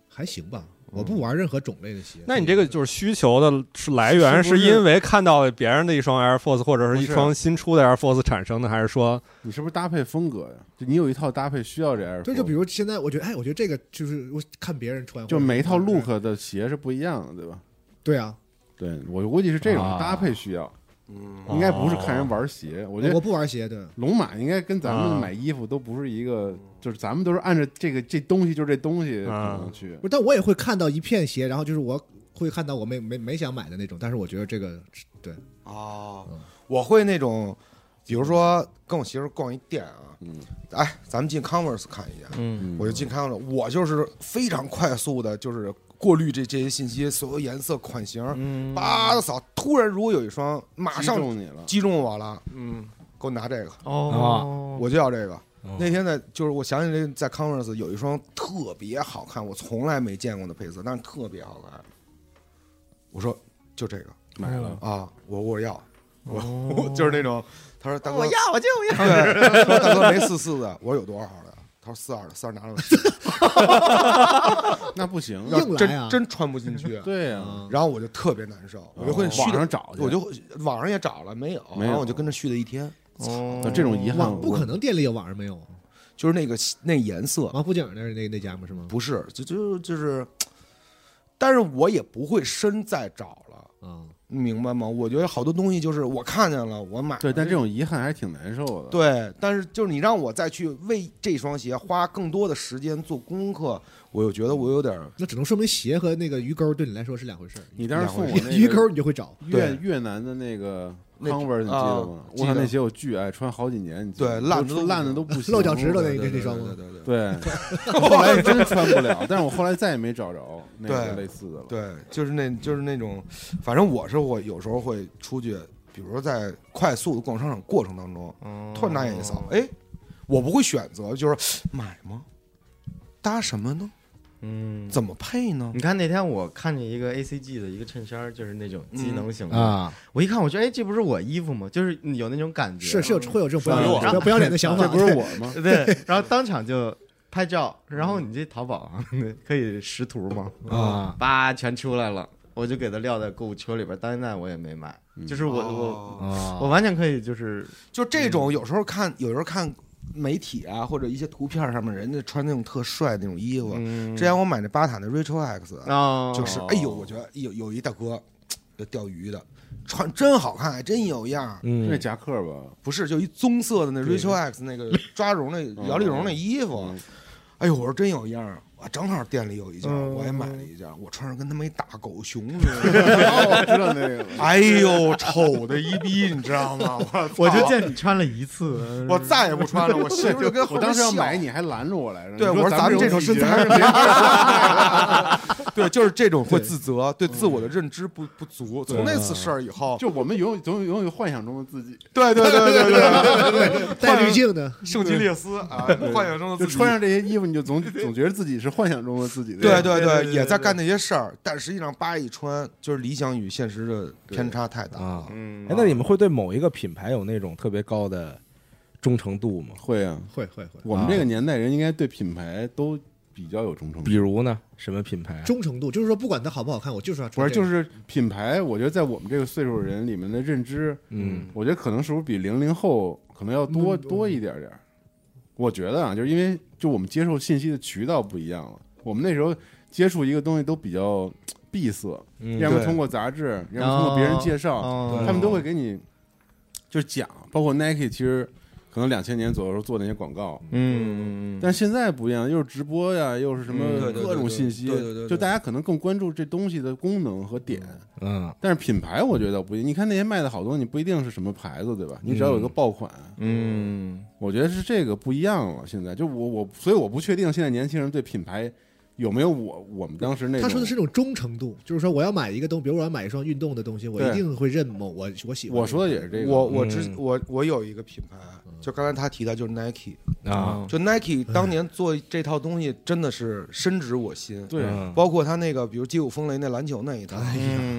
还行吧，我不玩任何种类的鞋。
那你这个就是需求的是来源，是因为看到了别人的一双 Air Force 或者是一双新出的 Air Force 产生的，还是说
你是不是搭配风格呀？就你有一套搭配需要这 Air，
对，就比
Force
如现在我觉得哎，我觉得这个就是我看别人穿，
就
或者
每一套
看别人
look 的鞋是不一样的，对吧？
对啊，
对我估计是这种
啊
搭配需要，应该不是看人玩鞋。啊我啊觉
我
得
不玩鞋，对，
龙马应该跟咱们买衣服都不是一个，就是咱们都是按照这个这东西就是这东西可
啊
能去。
不，但我也会看到一片鞋，然后就是我会看到我没没没想买的那种，但是我觉得这个对，
哦，我会那种，比如说跟我媳妇儿逛一店啊，
嗯，
哎，咱们进 Converse 看一眼，
嗯，
我就进 Converse，我就是非常快速的，就是过滤这这些信息，所有颜色、款型，叭的扫。突然如果有一双马
击
上
中你了，
击中我了，
嗯
给我拿这个，
哦，
我就要这个。
哦
那天呢，就是我想起来，在 Converse 有一双特别好看，我从来没见过的配色，但是特别好看。我说就这个
买了，
啊，
哦
我我要，我、我 <laughs> 就是那种，他说大哥
我要，我就我要。
对，说大哥没四四的，我说有多少号的？他说四二的，四二拿着吧，
那不行，
要
硬来啊
真真穿不进去。
对呀、
然后我就特别难受，我就会
网
续的
上，找去，
我就网上也找了没有，
没有
然后我就跟着续了一天，
那这种遗
嗯
憾
网不可
嗯我
能店里有，网上没有，
就是那个那颜
哦
色
王府井那那那家吗？是吗？
不是，就就就是，但是我也不会深再找了，
啊，
你明白吗？我觉得好多东西就是我看见了，我买了
对，但这种遗憾还挺难受的。
对，但是就是你让我再去为这双鞋花更多的时间做功课，我又觉得我有点儿
那只能说明鞋和那个鱼钩对你来说是两回事儿。
你当时送我那个
鱼钩你就会找，
越越南的那个
那
Converse，你记得吗
啊？
我操，
记得
那鞋我巨爱穿，好几年，你记得
对
吗
烂
都
得都
烂的
不
都不行，
露脚趾头
的。
那个那双
对
吗？
对对对
<laughs> 对，后来真穿不了，但是我后来再也没找着那个
对
类似的了。
对，就是那就是那种，反正我是我有时候会出去，比如说在快速的逛商场过程当中，
哦
突然拿眼一扫，哎，我不会选择，就是买吗？搭什么呢？
嗯，
怎么配呢？
你看那天我看见一个 A C G 的一个衬衫儿，就是那种机能型的，
啊，
我一看我说，哎，这不是我衣服吗？就是有那种感觉，啊
是是有会有这种不
说
要
给
脸
嗯我
不要不要脸的想法，
<laughs> 这不是我吗？
对，然后当场就拍照，然后你这淘宝啊 <laughs> 可以识图吗？
啊，
叭，全出来了，我就给它撂在购物车里边，到现在我也没买，就是我、
哦
啊
我我完全可以就是
就
嗯
这种有时候看，有时候看媒体啊，或者一些图片上面人家穿那种特帅那种衣服。
嗯
之前我买那巴塔的 Retro X，
啊，
就是哎呦，我觉得有有一大哥，就钓鱼的，穿真好看，真有样儿。
是那
嗯，
夹克吧？
不是，就一棕色的那 Rachel X 那
<laughs>
个抓绒那
嗯
摇粒绒那衣服，哎呦，我说真有样儿。我正好店里有一件，我也买了
嗯
一件，我穿上跟他妈一大狗熊似的， <laughs>
哦，我知道那 <laughs> 个了。
哎呦，丑的一逼，你知道吗？我
<laughs> 我就
操
见你穿了一次，
我再也不穿了， <laughs> 我媳妇就跟后
我
边
当时要
笑
买，你还拦着我来着。
对
你
我
说
说咱们这种
体
身
型
材
儿
<laughs>
别
对，就是这种会自责，对自我的认知不不足。从那次事儿以后，
就我们永远总有永远有幻想中的自己，
对对对对 <laughs> 对
带滤镜的，
圣吉列斯啊，幻想中的
就
自己
穿上这些衣服，你就总总觉得自己是幻想中的自己的
对
样子。
对
对
对
对，
也在干那些事儿，但实际上八一穿就是理想与现实的偏差太大了。
嗯
哎，那你们会对某一个品牌有那种特别高的忠诚度吗？
会啊，
会会会，
我们这个年代人应该对品牌都比较有忠诚度
比。如呢，什么品牌啊？
忠诚度就是说不管它好不好看，我就是要
不
穿
是，
这个，
就是品牌，我觉得在我们这个岁数人里面的认知，
嗯，
我觉得可能是不是比零零后可能要多、多一点点儿。我觉得啊，就是因为就我们接受信息的渠道不一样了，我们那时候接触一个东西都比较闭塞，
嗯
要么
对
通过杂志，要么通过别人介绍，
哦
他们都会给你就是讲，包括 Nike 其实可能两千年左右时候做那些广告，
嗯，
但现在不一样，又是直播呀，又是什
嗯
么
对对对
各种
对
信息
对对对，
就大家可能更关注这东西的功能和点。
嗯，
但是品牌我觉得不一，你看那些卖的好东西，不一定是什么牌子，对吧？你只要有一个爆款，
嗯
我觉得是这个不一样了。现在就我我，所以我不确定现在年轻人对品牌有没有我我们当时那种
他说的是那种忠诚度，就是说我要买一个东，比如我要买一双运动的东西，我一
对
定会认某我我喜欢。
我说的也是这个，
我我之
嗯
我我有一个品牌，就刚才他提到就是 Nike，
嗯
啊，
就 Nike 当年做这套东西真的是深植我心，
对
嗯
包括他那个比如击鼓风雷那篮球那一套，
哎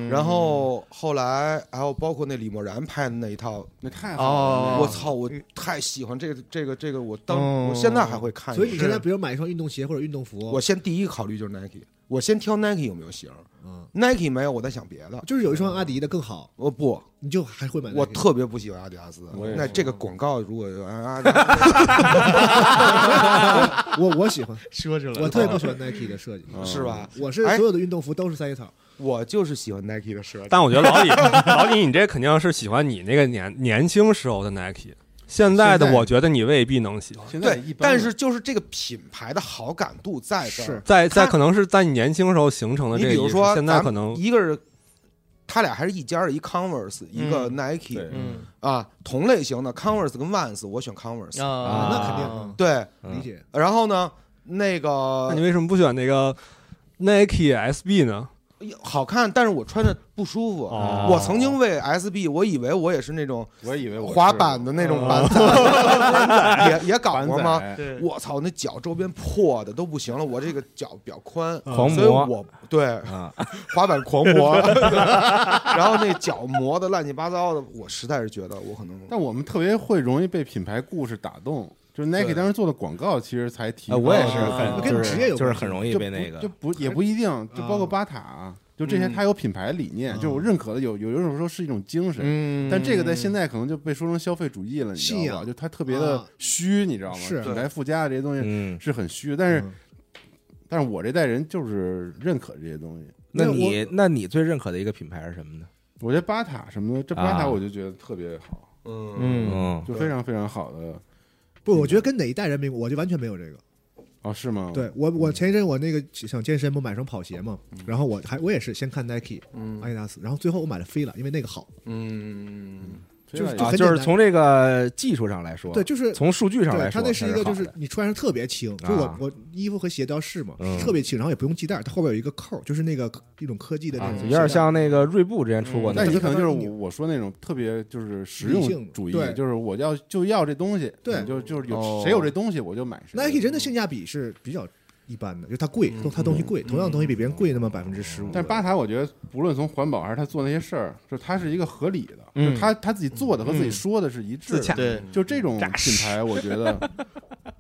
然后后来还有包括那李默然拍的那一套，
那太
哦
嗯
好了
我操，我太喜欢这个这个这个，我当
哦
我现在还会看一
所
遍。
以你现在比如买一双运动鞋或者运动服，
我先第一个考虑就是 Nike，我先挑 Nike 有没有型
嗯
，Nike 没有，我再想别的。
就是有一双阿迪的更好，
我不，
你就还会买那个。
我特别不喜欢阿迪达斯
我也。
那
是
这个广告如果有阿迪
<laughs>
达斯
我我喜欢，
<laughs>
说出来了，
我特别不喜欢 Nike 的设计，
嗯
是吧？
我是
哎
所有的运动服都是三叶草，
我就是喜欢 Nike 的设计。
但我觉得老李，老李，你这肯定是喜欢你那个年年轻时候的 Nike，现在的
现在
我觉得你未必能喜欢。
现在
对
一，般
但
了
是就是这个品牌的好感度在这儿
是。
在在
他
可能是在你年轻时候形成的
你
这个
比
意识，
如说，
现在可能
一个是他俩还是一家的，一 Converse，一个 Nike、
对
嗯
啊，同类型的 Converse 跟 Vans，我选 Converse、
啊
那肯定啊
对，
嗯
理解。
然后呢，那
那
个
你为什么不选那个 Nike SB 呢？
好看，但是我穿着不舒服。
哦
我曾经为 SB，我以为我也是那种
我以为我
滑板的那种板仔，也也搞过吗？
吗？
对
我操，那脚周边破的都不行了，我这个脚比较宽，
狂
所以
磨
我对
啊，
滑板狂磨， <laughs> 然后那脚磨的乱七八糟的，我实在是觉得我可能
但我们特别会容易被品牌故事打动，就是 Nike
对呃
当时做的广告，其实才提
哎
高，
我也是
啊
很
跟
就
职
是
业有
就是
关系
很容易
就
被
不
那个
就不也不一定，就包括巴塔，啊就这些，
嗯
它有品牌理念，
嗯
就我认可的有有有种说是一种精神。
嗯
但这个在现在可能就被说成消费主义了，你
信
知道吧？
仰
就它特别的
啊
虚，你知道吗？
是
品牌附加的这些东西
嗯，
是很虚，但是
嗯
但是我这代人就是认可这些东西。
那
那
你那你最认可的一个品牌是什么呢？
我觉得巴塔什么的，这巴
啊
塔我就觉得特别好，
嗯
嗯
嗯
就非常非常好的
不，我觉得跟哪一代人比，我就完全没有这个。
哦，是吗？
对我，
嗯
我前一阵我那个想健身不买双跑鞋嘛，然后我还我也是先看 Nike、阿
嗯
迪达斯，然后最后我买了飞了，因为那个好。
嗯，
非常有，
就
啊，
很
就
简
是
单
从这个技术上来说，
对，就是
<laughs> 从数据上
对
来
它
说，
那是一个
好
就是
的
你穿上特别轻，就
啊
我我衣服和鞋都要试嘛，
嗯
特别轻，然后也不用系带，它后边有一个扣儿，就是那个一种科技的那
啊，
种，
有点。像那个锐步之前出过
那
那
你
个
就可能就是我我说那种特别就是实
理
用
性
主义
对，
就是我要就要这东西，
对
你就就是有
哦
谁有这东西我就买谁。
Nike 真的性价比是比较一般的，就它贵，都它东西贵，同样东西比别人贵那么百分之十五。
但是巴塔，我觉得不论从环保还是他做那些事儿，就他是一个合理的，
嗯
就他他自己做的和自己说的是一致
自洽
的。
对，
就这种品牌，我觉得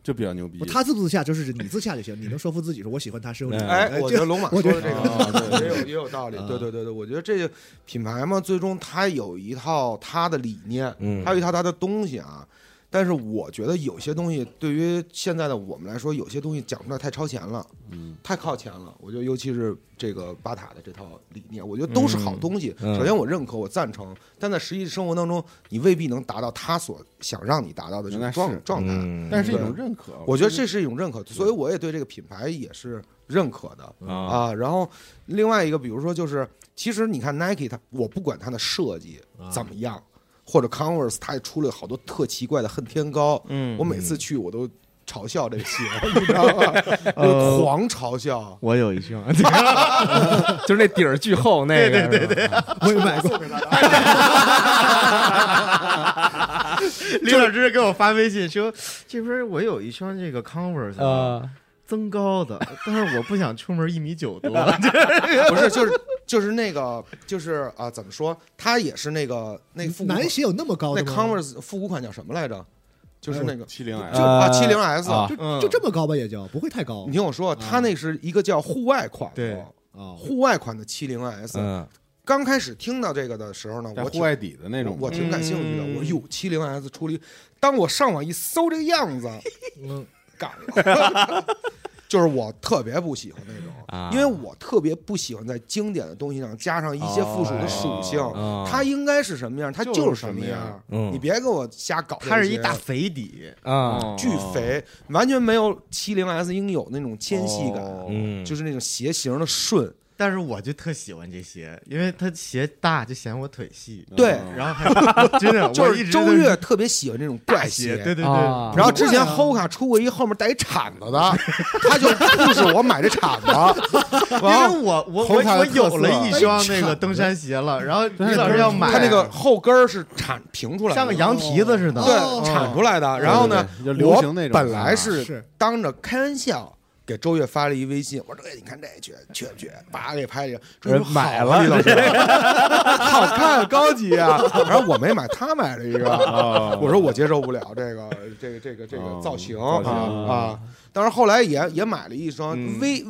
就比较牛逼
不。他自不自洽，就是你自洽就行，你能说服自己说我喜欢他是用这个。
哎，我
就
觉得龙马
我
说
觉
的
得
这个也有也有道理，对对对对，我觉得这个品牌嘛，最终它有一套它的理念，
嗯
它有一套它的东西啊。但是我觉得有些东西对于现在的我们来说，有些东西讲出来太超前了，
嗯，
太靠前了。我觉得尤其是这个巴塔的这套理念，我觉得都是好东西。
嗯
首先我认可，我赞成，但在实际生活当中，你未必能达到他所想让你达到的这
那
种
是
状状态。
嗯
但是一种认可，
我觉得这是一种认可，所以我也对这个品牌也是认可的。
啊，
啊，然后另外一个，比如说就是，其实你看 Nike 它，我不管它的设计怎么样，或者 Converse 它也出了好多特奇怪的恨天高，
嗯
我每次去我都嘲笑这个鞋，你知道吗？就狂嘲笑。
我有一双，
<laughs> 就是那底儿巨厚那个，对对对，
我也买过，
李老师给我发微信说，这边我有一双这个 Converse 啊
呃，
增高的， <laughs> 但是我不想出门一米九
<laughs>
多，
不是，就是就是那个就是啊，怎么说？它也是那个那个复古款
男鞋有那么高
那
的吗
Converse 复古款叫什么来着？就是那个
七零
就
S
啊七零 S，
啊
嗯
就就这么高吧，也就不会太高
你听我说，它那是一个叫户外款
对
的。
啊。
户外款的七零 S，
嗯，
刚开始听到这个的时候呢，
带
我
户
挺
外底的那种，
我挺感兴趣的。
嗯
我说哟，七零 S 出了一，当我上网一搜这个样子，
嗯，
干了， <laughs> 就是我特别不喜欢那种，
啊
因为我特别不喜欢在经典的东西上加上一些附属的属性。
哦
它应该是什么样，它
就是是
什么
什么
样
样。
嗯
你别给我瞎搞这些。
它是一大肥底，
啊，
巨肥，完全没有七零 S 应有那种纤细感，
哦
嗯，
就是是那种鞋型的顺。
但是我就特喜欢这鞋，因为它鞋大就显我腿细，
对
然
<laughs>
后还真的
就
我一
是
直
周
都
越特别喜欢这种
大
怪鞋，
鞋，对对对，
啊
然后之前 Hoka 出过一后面带一铲子的，他就促使我买这铲
<laughs>
子，然
因
后
为我我我
红牌的
我有
特色
了一双那
哎
个
呀
登山鞋了，然后李老师要买，
他那个后跟儿是铲平出来的，
哎像个羊蹄子似的，
哦
哦
对铲出来的。然后呢
对对对，就流行那种
我
啊
本来
是
是当着开玩笑。给周越发了一微信，我说：“哎，你看这绝绝绝，叭给拍去，周越说
买了
好啊李老师好看高级
<laughs>
啊。”然后我没买，他买了一个，
哦
我说我接受不了这个这个这个这
哦
个造型
造型
啊啊！当然后来也也买了一双
嗯
微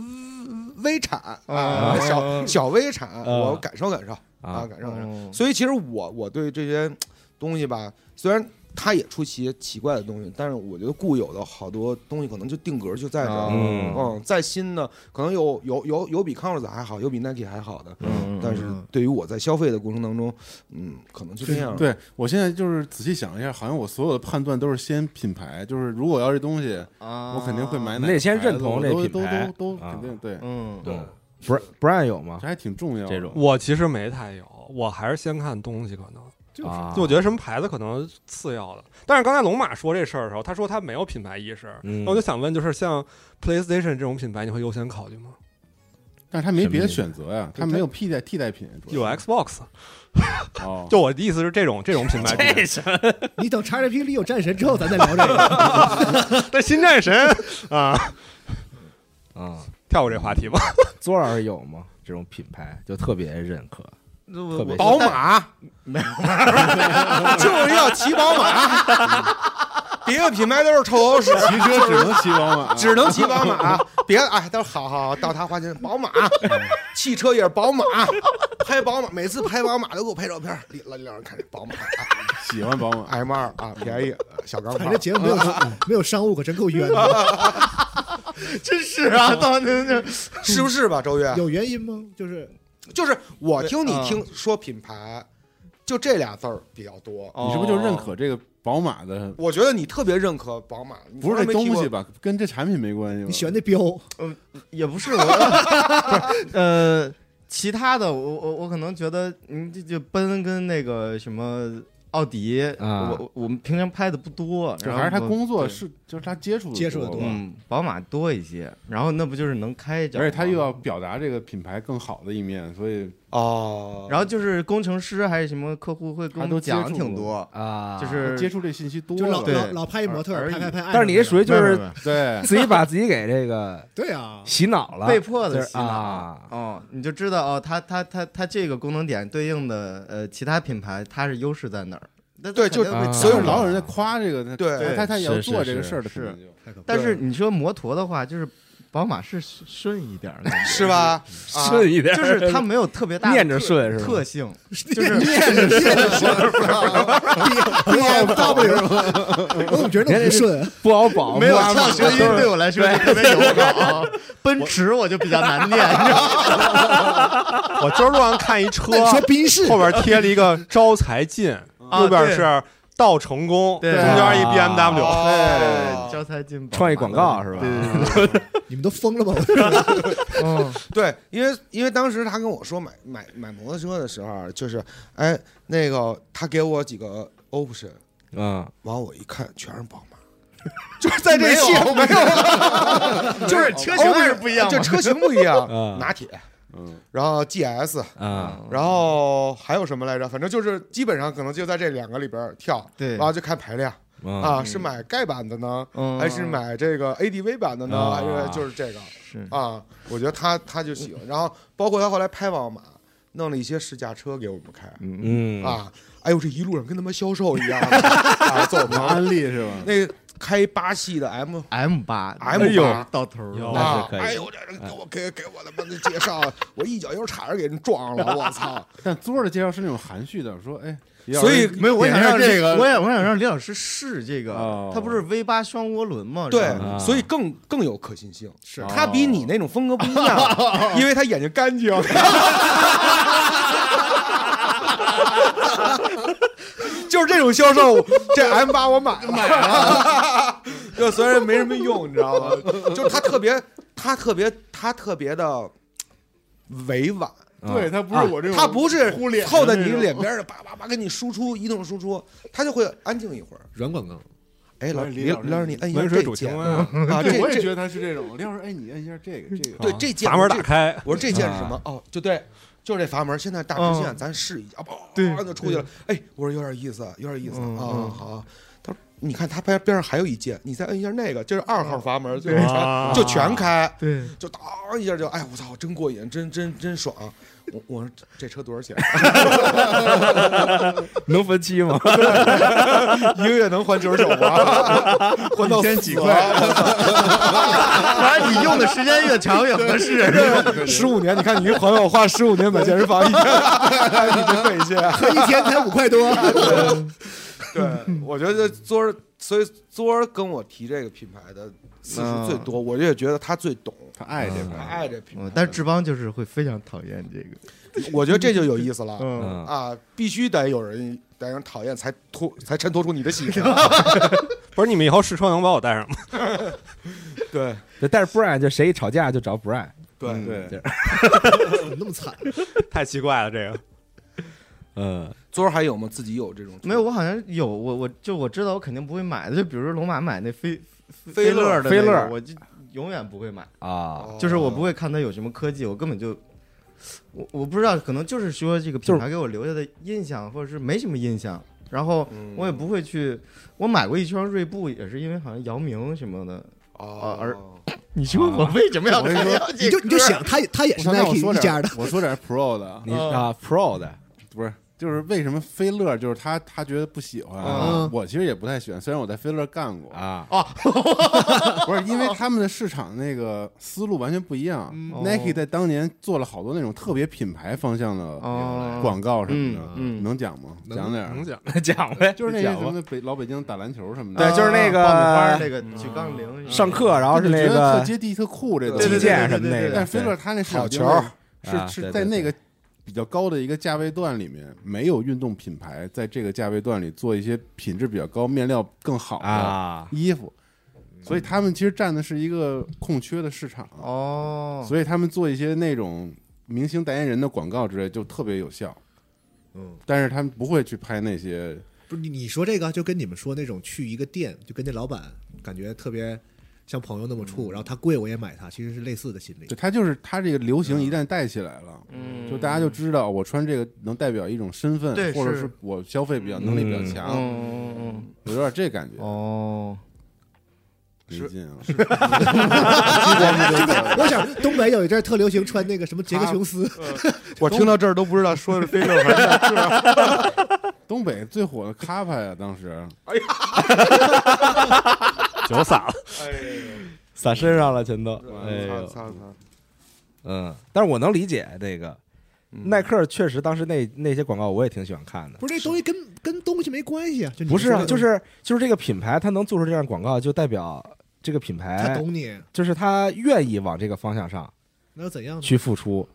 微产啊，小小微产，我感受感受
啊
啊，感受感
哦
受。所以其实我我对这些东西吧，虽然。它也出奇奇怪的东西，但是我觉得固有的好多东西可能就定格就在这
啊
儿，
嗯
嗯，在新的可能有有有有比康 o s 还好，有比 Nike 还好的，
嗯
但是对于我在消费的过程当中，嗯，可能就这样。
对我现在就是仔细想一下，好像我所有的判断都是先品牌，就是如果要是东西，
啊，
我肯定会。买哪个牌子。
你得先认同这
我都
品牌
都都都
啊
肯定对，
嗯，
对，不是不让有吗
这？还挺重要的
这种
我其实没太有，我还是先看东西，可能
啊
就我觉得什么牌子可能次要的。但是刚才龙马说这事儿的时候，他说他没有品牌意识，
嗯
那我就想问，就是像 PlayStation 这种品牌，你会优先考虑吗？
但是他没别的
什
选择呀，他没有替代替代品。主
嗯
有
要
Xbox，
哦，
就我的意思是这种这种品牌
这什么？
你等 XGP 里有战神之后，咱再聊这个。
但新
<laughs>
战神啊，
啊，
跳过这话题吧。
左老师有吗？这种品牌就特别认可，
那我
特别
我
宝马就是要骑宝马，别的品牌都是臭狗屎，
骑车只能骑宝马，
只 <laughs> 能骑宝马。别的哎，都是好好好到他花钱，宝
<laughs>
马，汽车也是宝马，拍宝马，每次拍宝马都给我拍照片，李老李老师看这宝马
<laughs>
啊
喜欢宝
<laughs>
马。
M 二啊，便宜，小钢
反
炮
正。节目没有没有商务，可真够冤的。
真是啊，到那那
是不是吧，周越？
<laughs> 有原因吗？就是
就是我听你听说品牌，就这俩字儿比较多。
你是不是就认可这个宝马的？
我觉得你特别认可宝马，哦你
不是这
从来没提
东
过
西吧，跟这产品没关系吧？
你选那标，
也不是我， <laughs> 不是呃，其他的我我我可能觉得，嗯，就就奔跟那个什么奥迪，
啊
我我们平常拍的不多，
就
然后
还是他
我
工作
对
是，就是他接触
接触的多
嗯，宝马多一些，然后那不就是能开着，
而且他又要，表达这个品牌更好的一面，所以
哦，
然后就是工程师还是什么客户会跟我
他都
们
接
讲
触
挺
过
多，
啊，
就是
接触这信息多
就老
了。
老
对
老拍一模特儿，
而
拍拍拍。
但是你这属于就
没有没有
是
没有
<laughs>
对，
自己把自己给这个
对啊，
洗脑了，
被迫
就
的
是
洗脑
啊，
哦，你就知道哦，它它它它这个功能点对应的呃其他品牌它是优势在哪儿？那
对就
肯定
啊
会
所以
讲
老有人在夸这个，
对
他他他也要
是是
做这个
是
事儿的，
是
肯定就
太可怕了
但是你说摩托的话，就是宝马是顺一点儿的，
是？吧？啊
顺 <laughs> 一点，
就是它没有特别大的
念着
特
顺是吧
特性，就是
念着
，B W，我怎么觉得那么不顺？
不好保，
没有
不好
像
保
声音对我来说就特别友好。奔驰我就比较难念，你知道吗
我今儿路上看一车，啊
那你说宾士
<laughs> 后边贴了一个招财进，
啊
右边是到成功，中
对
间一
啊
BMW，
对，
哦
招财进宝
创意广告是吧？ <laughs>
你们都疯了吧？
嗯，
对，因为因为当时他跟我说买买买摩托车的时候，就是哎那个他给我几个 option，
嗯，
完我一看全是宝马， <laughs> 就是在这系统没有， <laughs> 哦
就是车型还是不一样
就
嘛。
车型不一样
嗯，
拿铁，
嗯，
然后 GS，
啊，
然后还有什么来着？反正就是基本上可能就在这两个里边跳，
对
然后就看排量
嗯
啊，是买盖版的呢，
嗯
还是买这个 ADV 版的呢？
啊
还是就是这个
是
啊？我觉得他他就喜欢，然后包括他后来拍宝马，弄了一些试驾车给我们开
嗯，
啊，哎呦，这一路上跟他妈销售一样，啊，走
有
嘛，
安利是吧？
那开巴西的 M
M 八哎
M 八
到头儿了，
哎哦那
啊
是！可以
哎呦，这人给我给给我他妈的介绍，我一脚油铲儿给人撞了，我操！
但昨儿的介绍是那种含蓄的，说哎，
所以
没有，我想
点上
让
这个
我哎想我想让李老师试这个
哦，
它不是 V 八双涡轮吗？
对
是吧，
所以更更有可信性。是
哦
他比你那种风格不一样， <laughs> 因为他眼睛干净。就是这种销售，这 M 八我买了，买了，就虽然
<laughs>
没
嗯
什么用，你知道吗？就是他特别，他特别，他特别的委婉，
嗯
啊
对他不是我这种，
他不是
呼脸的
凑在你
那种
脸边儿，叭叭叭跟你输出一通输出，他就会安静一会儿。
软管更，
哎，老
哎
李
李老师
老师，你摁一下
温水
这
煮青
键
蛙
啊
啊，
这
<laughs> 对，我也
这
觉得他是这种。廖老师，哎，你摁一下这个，这个，
对这键
阀门打
这
开，
我说这键是什
啊
么？哦，就对，就是这阀门。现在大直线，咱试一下，
嗯对嗯
叭就出去了。哎，我说有点意思，有点意思啊。好，他说你看他边边上还有一键，你再摁一下那个，这是二
嗯
号阀门，就是全
啊
哇
就全开，
对，
就当一下就哎，我操，真过瘾，真真真爽。我我说这车多少钱？啊
<laughs>
能分期吗？
一个月能还九十九吗？还到
千几块，反正你用的时间越长越合适。
十五年，你看你一朋友花十五年买健身房，一天你真费劲。
一天才五块多，
对，我觉 <laughs> 得昨儿，所以昨儿跟我提这个品牌的次数最多，我也觉得他最懂，
他爱这
他
个，
爱这品牌
嗯。但是志邦就是会非常讨厌这 <laughs> 个，
我觉得这就有意思了
嗯，
啊！必须得有人得让人讨厌，才脱才衬托出你的 <laughs> 喜欢。
<laughs> 不是你们以后试车能把我带上吗？ <laughs>
对
对，但是 Brian 就谁一吵架就找 Brian，
对
对，
怎么那么惨？
太奇怪了，这个
嗯，
昨儿还有吗？自己有这种
没有，我好像有我我就我知道我肯定不会买的，就比如说龙马买那飞
飞
乐
乐
的
飞
那
乐
个，我就永远不会买，
哦
啊，
就是我不会看它有什么科技，我根本就我我不知道，可能就是说这个
就是
品牌给我留下的印象，或者是没什么印象。然后
嗯
我也不会去，我买过一双锐步，也是因为好像姚明什么的。
啊
而
哦
你说 <laughs> 我为什么要
我跟你说
你就你就想，他也他也
我
是
说那
Nike
我说
一家的，，
点我说点 Pro 的，
你啊 Pro 的，
不是，就是为什么菲乐就是他他觉得不喜欢
啊，
我其实也不太喜欢，虽然我在菲乐干过，
啊，
<laughs> 不是因为他们的市场那个思路完全不一样
哦
<laughs> ，Nike 在当年做了好多那种特别品牌方向的
哦
广告什么的，
嗯嗯
能讲吗？讲点儿
能，讲。
<laughs> 讲呗，
就是那些
讲
什
吧。
么北老北京打篮球什么
对
的，
就是那个
爆米花那个举杠铃
上课，然后是
就觉
那
得
个
特接地特啊酷这东
对
西，
击
对
剑什么
对
那
对对对
个，
但是菲乐他那市场定位
好球
啊
是
对
是
对
在
对
那个比较高的一个价位段里面，没有运动品牌在这个价位段里做一些品质比较高、面料更好的
啊，
衣服，所以他们其实占的是一个空缺的市场，
哦，
所以他们做一些那种明星代言人的广告之类就特别有效。
嗯，
但是他们不会去拍那些
不是你你说这个就跟你们说那种去一个店就跟那老板感觉特别像朋友那么
嗯
处，然后他贵我也买它，其实是类似的心理
就。他就是他这个流行一旦带起来了，
嗯
就大家就知道我穿这个能代表一种身份
对，
或者
是
是我消费比较能力比较强，
嗯嗯
有点这感
嗯
觉。
哦，
没劲啊！
<laughs>
我想东北有一阵儿特流行穿那个什么杰克琼斯，
我听到这儿都不知道说是非 <laughs> 洲还是
东北最火的卡帕呀，当时
酒洒了，
撒身上了全都，哎
哪儿。
呦，
操操操
嗯，但是我能理解这个，耐克确实当时那那些广告我也挺喜欢看的。
不是这东西跟跟东西没关系啊，就你
不是啊，
说的
就是就是这个品牌，它能做出这样广告，就代表这个品
他
牌，
懂你，
就是它愿意往这个方向上
那又怎样呢？
去付出。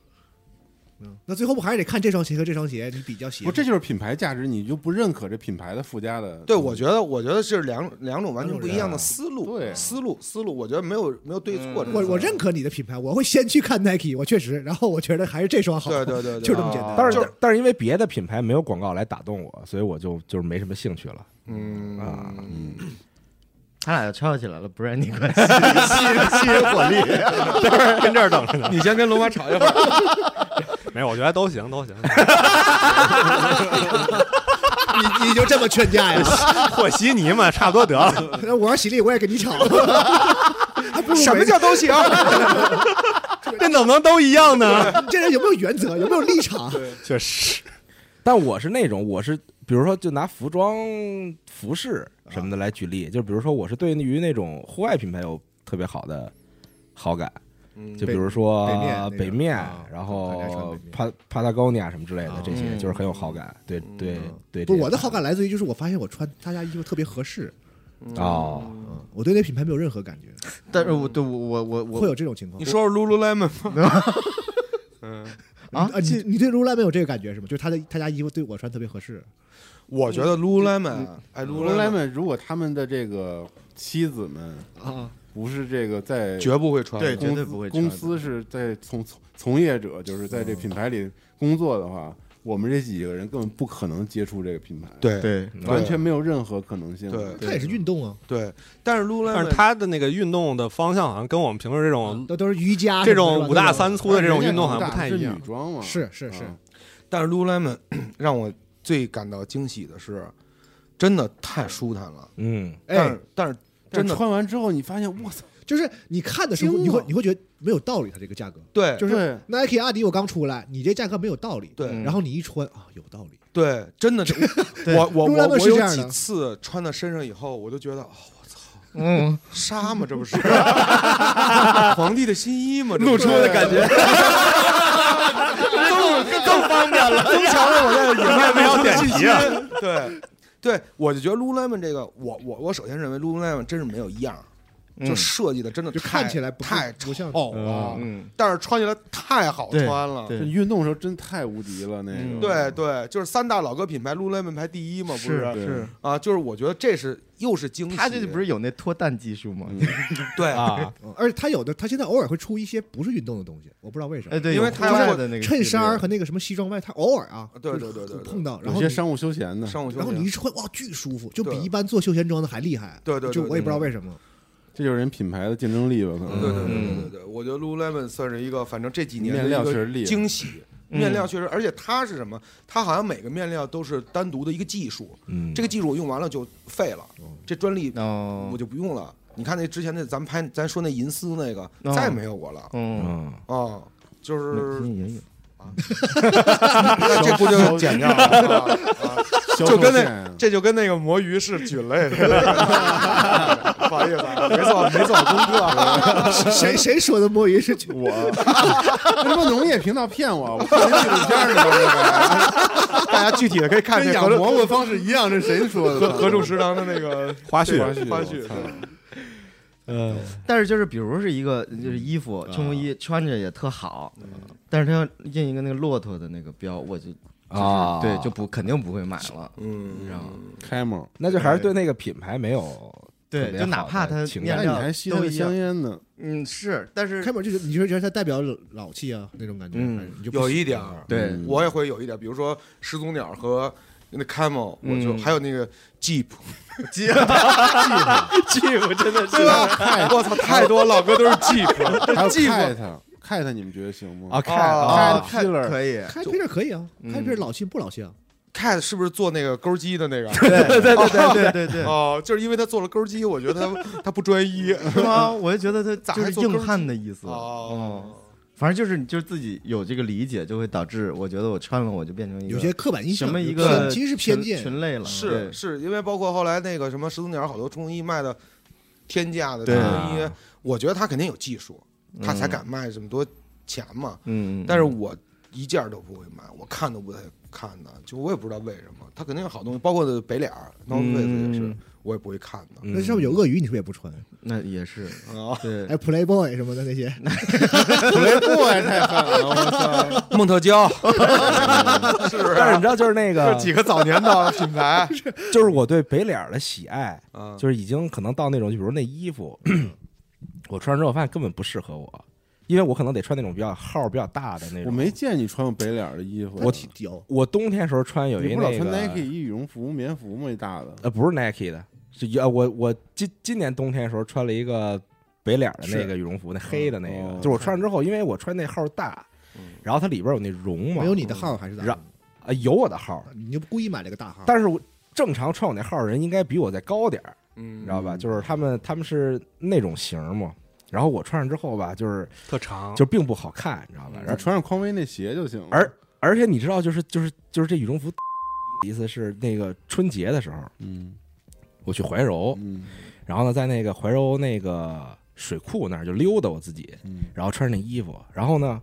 嗯那最后不还是得看这双鞋和这双鞋，你比较鞋
不，这就是品牌价值，你就不认可这品牌的附加的。
对，我觉得，我觉得是两两种完全不一样的思路，
对
思路，思路，我觉得没有没有对错，
嗯我我认，可你的品牌，我会先去看 Nike，我确实，然后我觉得还是这双好，
对对对，对啊
就这么简单。
但
就是
但是因为别的品牌没有广告来打动我，所以我就就是没什么兴趣了。
嗯
啊
嗯，
他俩就吵起来了，不然你关系吸引吸引火力。
跟这儿等着呢。
你先跟龙马吵一会儿，
没有，我觉得都
<laughs>
行，都行。
<laughs> 你你就这么劝架呀？
和稀泥嘛，差不多得了。
那我要喜力，我也跟你吵。还不如
什么叫
<laughs>
都行，
这能不能都一样呢？
没这人有没有原则，有没有立场？
确实，
但我是那种，我是比如说，就拿服装、服饰什么的来举例，就比如说，我是对于那种户外品牌有特别好的好感，就比如说
嗯北面那种
北面
啊
然
大家穿
后
北面
帕帕塔高尼亚什么之类的
啊，
这些
嗯
就是很有好感。对
嗯
对对，
不，
这些
我的好感来自于就是我发现我穿他家衣服特别合适，
哦，
嗯，我对那品牌没有任何感觉，
<laughs> 但是我对我我我
会
我
有这种情况。
你说说 Lululemon 吗？
啊
啊，你你对 Lululemon 有这个感觉是吗？就是他的他家衣服对我穿特别合适，
我觉得 Lululemon，哎
罗莱们如果他们的这个妻子们
啊，
不是这个在
绝不会穿的。
对绝
公
对
司
不会
公
穿
司是在从从从业者，就是在这品牌里工作的话，我们这几个人根本不可能接触这个品牌，，
对
对，
完全没有任何可能性。
对
它也是运动啊，
对，但是 lululemon
但是他的那个运动的方向好像跟我们平时这种
都都是瑜伽
这
什么的
种
吧
五大三粗的这种
人家
运动好像
主
不
打
太
是
一样
女。装嘛，
是是是，
啊
但是 lululemon <clears throat> 让我最感到惊喜的是，真的太舒坦了。
嗯，
但
哎，
是但是真
但是
的
穿完之后你发现，我操，
就是你看的时候，
惊了
你会你会觉得没有道理，它这个价格
对
就是
对
Nike、阿迪我刚出来，你这价格没有道理，
对
然后你一穿啊，有道理，
对，真 <laughs> 的是
对
我我我
lululemon
我
是这
有
样的
几次穿到身上以后，我都觉得哦，我操，
嗯，
纱吗？这 <laughs> 不是皇帝的新衣吗？
露出的
<laughs>
感
觉，更更方便了， <laughs> 增强了我在野外没有点信心。 <laughs> 对对，我就觉得 lululemon 这个，我我我首先认为 lululemon 真是没有一样儿，嗯就设计的真的
就
太
看起来不
太丑
不像
了，啊
嗯，
但是穿起来太好
对
穿了。
对
这运动的时候真太无敌了，那个
嗯
对对，就是三大老哥品牌，lululemon 排第一嘛，不
是
是
是，
啊？就是我觉得这是又是惊喜，
他这不是有那脱蛋技术吗？
对 <laughs>
啊，
嗯而且它有的，它现在偶尔会出一些不是运动的东西，我不知道为什么
哎，。对，
因为
有
他
户外
要
的那个
衬衫儿
系
和那个什么西装外套，偶尔啊，
对对对对对
碰到，然
有
后
些
你
商务休闲的，
上午休
然后
息
你一穿，哇，巨舒服，就比
对
一般做休闲装的还厉害。
对对对
就
对
我也不知道为什么。
这就是人品牌的竞争力吧？可能
对对对对
嗯
对对，我觉得 lululemon 算是一个，反正这几年的
面料
一个
确实厉害
惊喜。面料确实，而且它是什么？它好像每个面料都是单独的一个技术，
嗯
这个技术我用完了就废了，这专利
列哦，
我就不用了。你看那之前那咱们拍咱说那银丝那个，
哦
再没有过了
嗯，
嗯，
啊，就是啊
也有，
<laughs> 这不就剪掉了？啊啊
销售
就跟
线
那
啊
这就跟那个魔鱼是菌类似的，不好意思，啊，没做没做功课，
谁谁说的摸鱼是去
我，为什么农业频道骗我？我看那纪录片里边那
大家具体的可以看
个，跟
那
养
合
蘑菇的方式一样，这谁说的？
合合众食堂的那
<laughs>
个
花絮
花絮
花絮
我操
嗯，
但是就是比如是一个就是衣服冲锋衣穿着也特好，但是他要印一个那个骆驼的那个标，我就
啊
对就不肯定不会买了，
嗯
你知道吗？
开门。
那就还是对那个品牌没有特
对，
别
就哪
好的
怕他
情
面
那你
料
还吸他
都
的
一
香
样，
烟呢？
嗯是，但是
开门就是，你就觉得它代表老气啊那种感觉，
嗯
还是你就不
有一点儿，
对
嗯
我也会有一点儿，比如说始祖鸟和那 camel，我就
嗯
还有那个 jeep，
接
这个真的
对吧？我操，太多老哥都是 jeep，
还有
记过
cat cat，你们觉得行吗？
看
啊
开披了
可以，
开配这可以啊，
嗯
开配这老气不老气啊？
cat 是不是做那个钩机的那个？
对对对对对对，
哦，就是因为他做了钩机，我觉得他他不专一。 <laughs>
是吗？我就觉得他
咋
就
还
是
做
硬
钩
汉的意思，
哦，
反正就是你就是自己有这个理解，就会导致我觉得我穿了我就变成一个
有些刻板印象，
嗯什么一
有
个
偏其实是偏见
群，群类了，
是是因为包括后来那个什么始祖鸟，好多冲锋衣卖的天价的冲
对
锋衣，我觉得他肯定有技术，
对
他才，敢卖这么多钱嘛。
嗯，嗯
但是我一件儿都不会买，我看都不带看的，就我也不知道为什么，它肯定有好东西，包括北脸儿、n o r t
嗯
Face 也是，我也不会看的。
嗯
那上面有鳄鱼，你是不是也不穿？
那也是，
啊，
对
哎，，Playboy 什么的那些，
雷布也太狠了，我
<laughs>
操！
孟特娇，
是不
但是
是？
你知道，就是那
这
个
是，几个早年的品牌，
<laughs> 就是我对北脸儿的喜爱，
啊，
就是已经可能到那种，就比如那衣服， <clears throat> 我穿上之后发现根本不适合我，因为我可能得穿那种比较号儿比较大的那种。
我没见你穿过北脸的衣服，
我
挺有
我冬天时候穿有
你
一
不老
那
穿
个
Nike 一羽绒服、棉服吗？一大的，
呃，不是 Nike 的，是呃，我我今今年冬天的时候穿了一个北脸的那个羽绒服，那黑的那个，
哦
就是我穿上之后，因为我穿那号大，
嗯
然后它里边有那绒嘛，
没有你的号还是咋
让
的？
啊、有我的号，
你就故意买了个大号，
但是我正常穿我那号的人应该比我再高点儿，
嗯
你知道吧？就是他们他们是那种型儿嘛，然后我穿上之后吧，就是
特
啊
长，
就并不好看，你知道
嗯
吧？
你
而
穿上匡威那鞋就行了。
而而且你知道，就是就是就是这羽绒服，意思是那个春节的时候，
嗯
我去怀柔，
嗯
然后呢，在那个怀柔那个水库那儿就溜达我自己，
嗯
然后穿着那衣服，然后呢，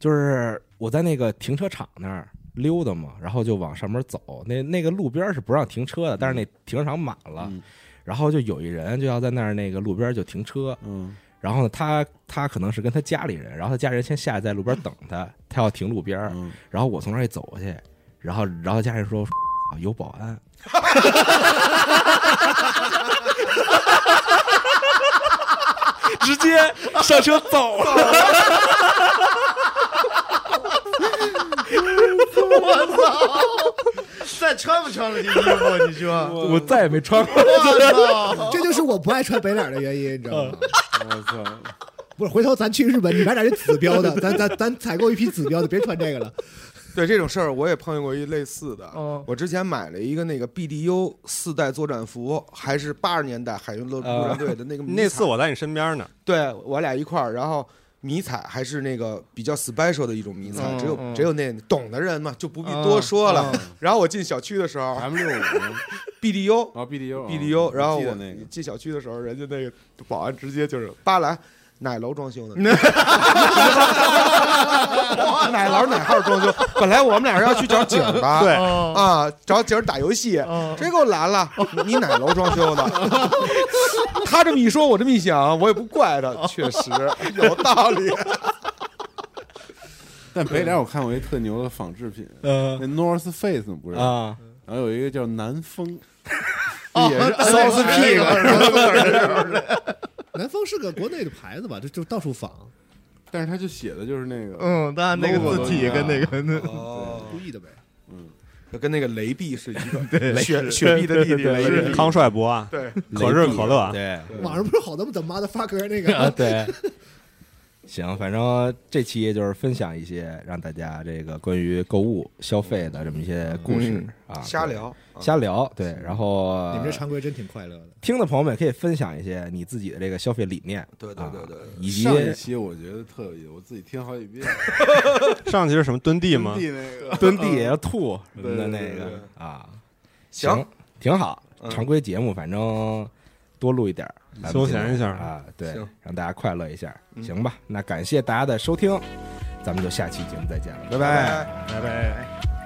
就是我在那个停车场那儿溜达嘛，然后就往上面走，那那个路边儿是不让停车的，但是
嗯
那停车场满了，
嗯
然后就有一人就要在那儿那个路边儿就停车，
嗯，
然后呢，他他可能是跟他家里人，然后他家里人先下来在路边儿等他，他要停路边儿，
嗯
然后我从那儿一走过去，然后然后家人说 <laughs> 啊有保安，
直接上车走了。
再穿不穿了这衣服？你说，
我再也没穿过。
我操！
这就是我不爱穿北脸的原因，你知道吗？
我操！
不是，回头咱去日本，你买点这紫标的，咱咱咱采购一批紫标的，别穿这个了。
对这种事儿，我也碰见过一类似的。
哦
我之前买了一个那个 BDU 四代作战服，还是八十年代海军陆陆战队的那个迷彩。
<laughs> 那次我在你身边呢，
对我俩一块儿，然后迷彩还是那个比较 special 的一种迷彩，只有、只有那懂的人嘛，就不必多说了。然后我进小区的时候
M 六五，
，BDU
然后
<laughs>
BDU 啊
BDU，然后
记得
我
那个
进小区的时候，人家那个保安直接就是扒来。奶楼装修的，奶楼哪号装修？本来我们俩是要去找景儿的，
对
啊，找景儿打游戏，谁给我拦了？你哪楼装修的？ <laughs> 他这么一说，我这么一想，我也不怪他，确实有道理。
但北脸我看过一特牛的仿制品，
呃
那 North Face 不是，
啊，
然后有一个叫南风，
也是骚
斯屁股
南方是个国内的牌子吧，就就到处仿，
但是他就写的就是那个，
<laughs> 嗯，当然那个字体跟那个那
故意的呗。
跟那个雷碧是一个，雪雪碧的弟弟雷碧。
康帅博啊，
对，
可日可乐
<laughs>
啊，
对，
网上不是好多怎么妈的发歌那个
对。 <laughs> 行，反正这期也就是分享一些让大家这个关于购物消费的这么一些故事、
嗯
啊，
瞎聊，
对瞎聊，对，然后
你们这常规真挺快乐的。
听的朋友们也可以分享一些你自己的这个消费理念，
对对对对
啊，以及
上一期我觉得特有意思，我自己听好几遍，
上去是什么蹲地吗
地？那
<laughs>
个
蹲地也要吐什么的
对
那
对对
个
对
啊，
行，
挺好，常规节目反正多录一点儿，咱们
休闲
尽量
一下
啊，对
行，
让大家快乐一下，行吧？那感谢大家的收听，咱们就下期节目再见了，拜拜。
拜拜。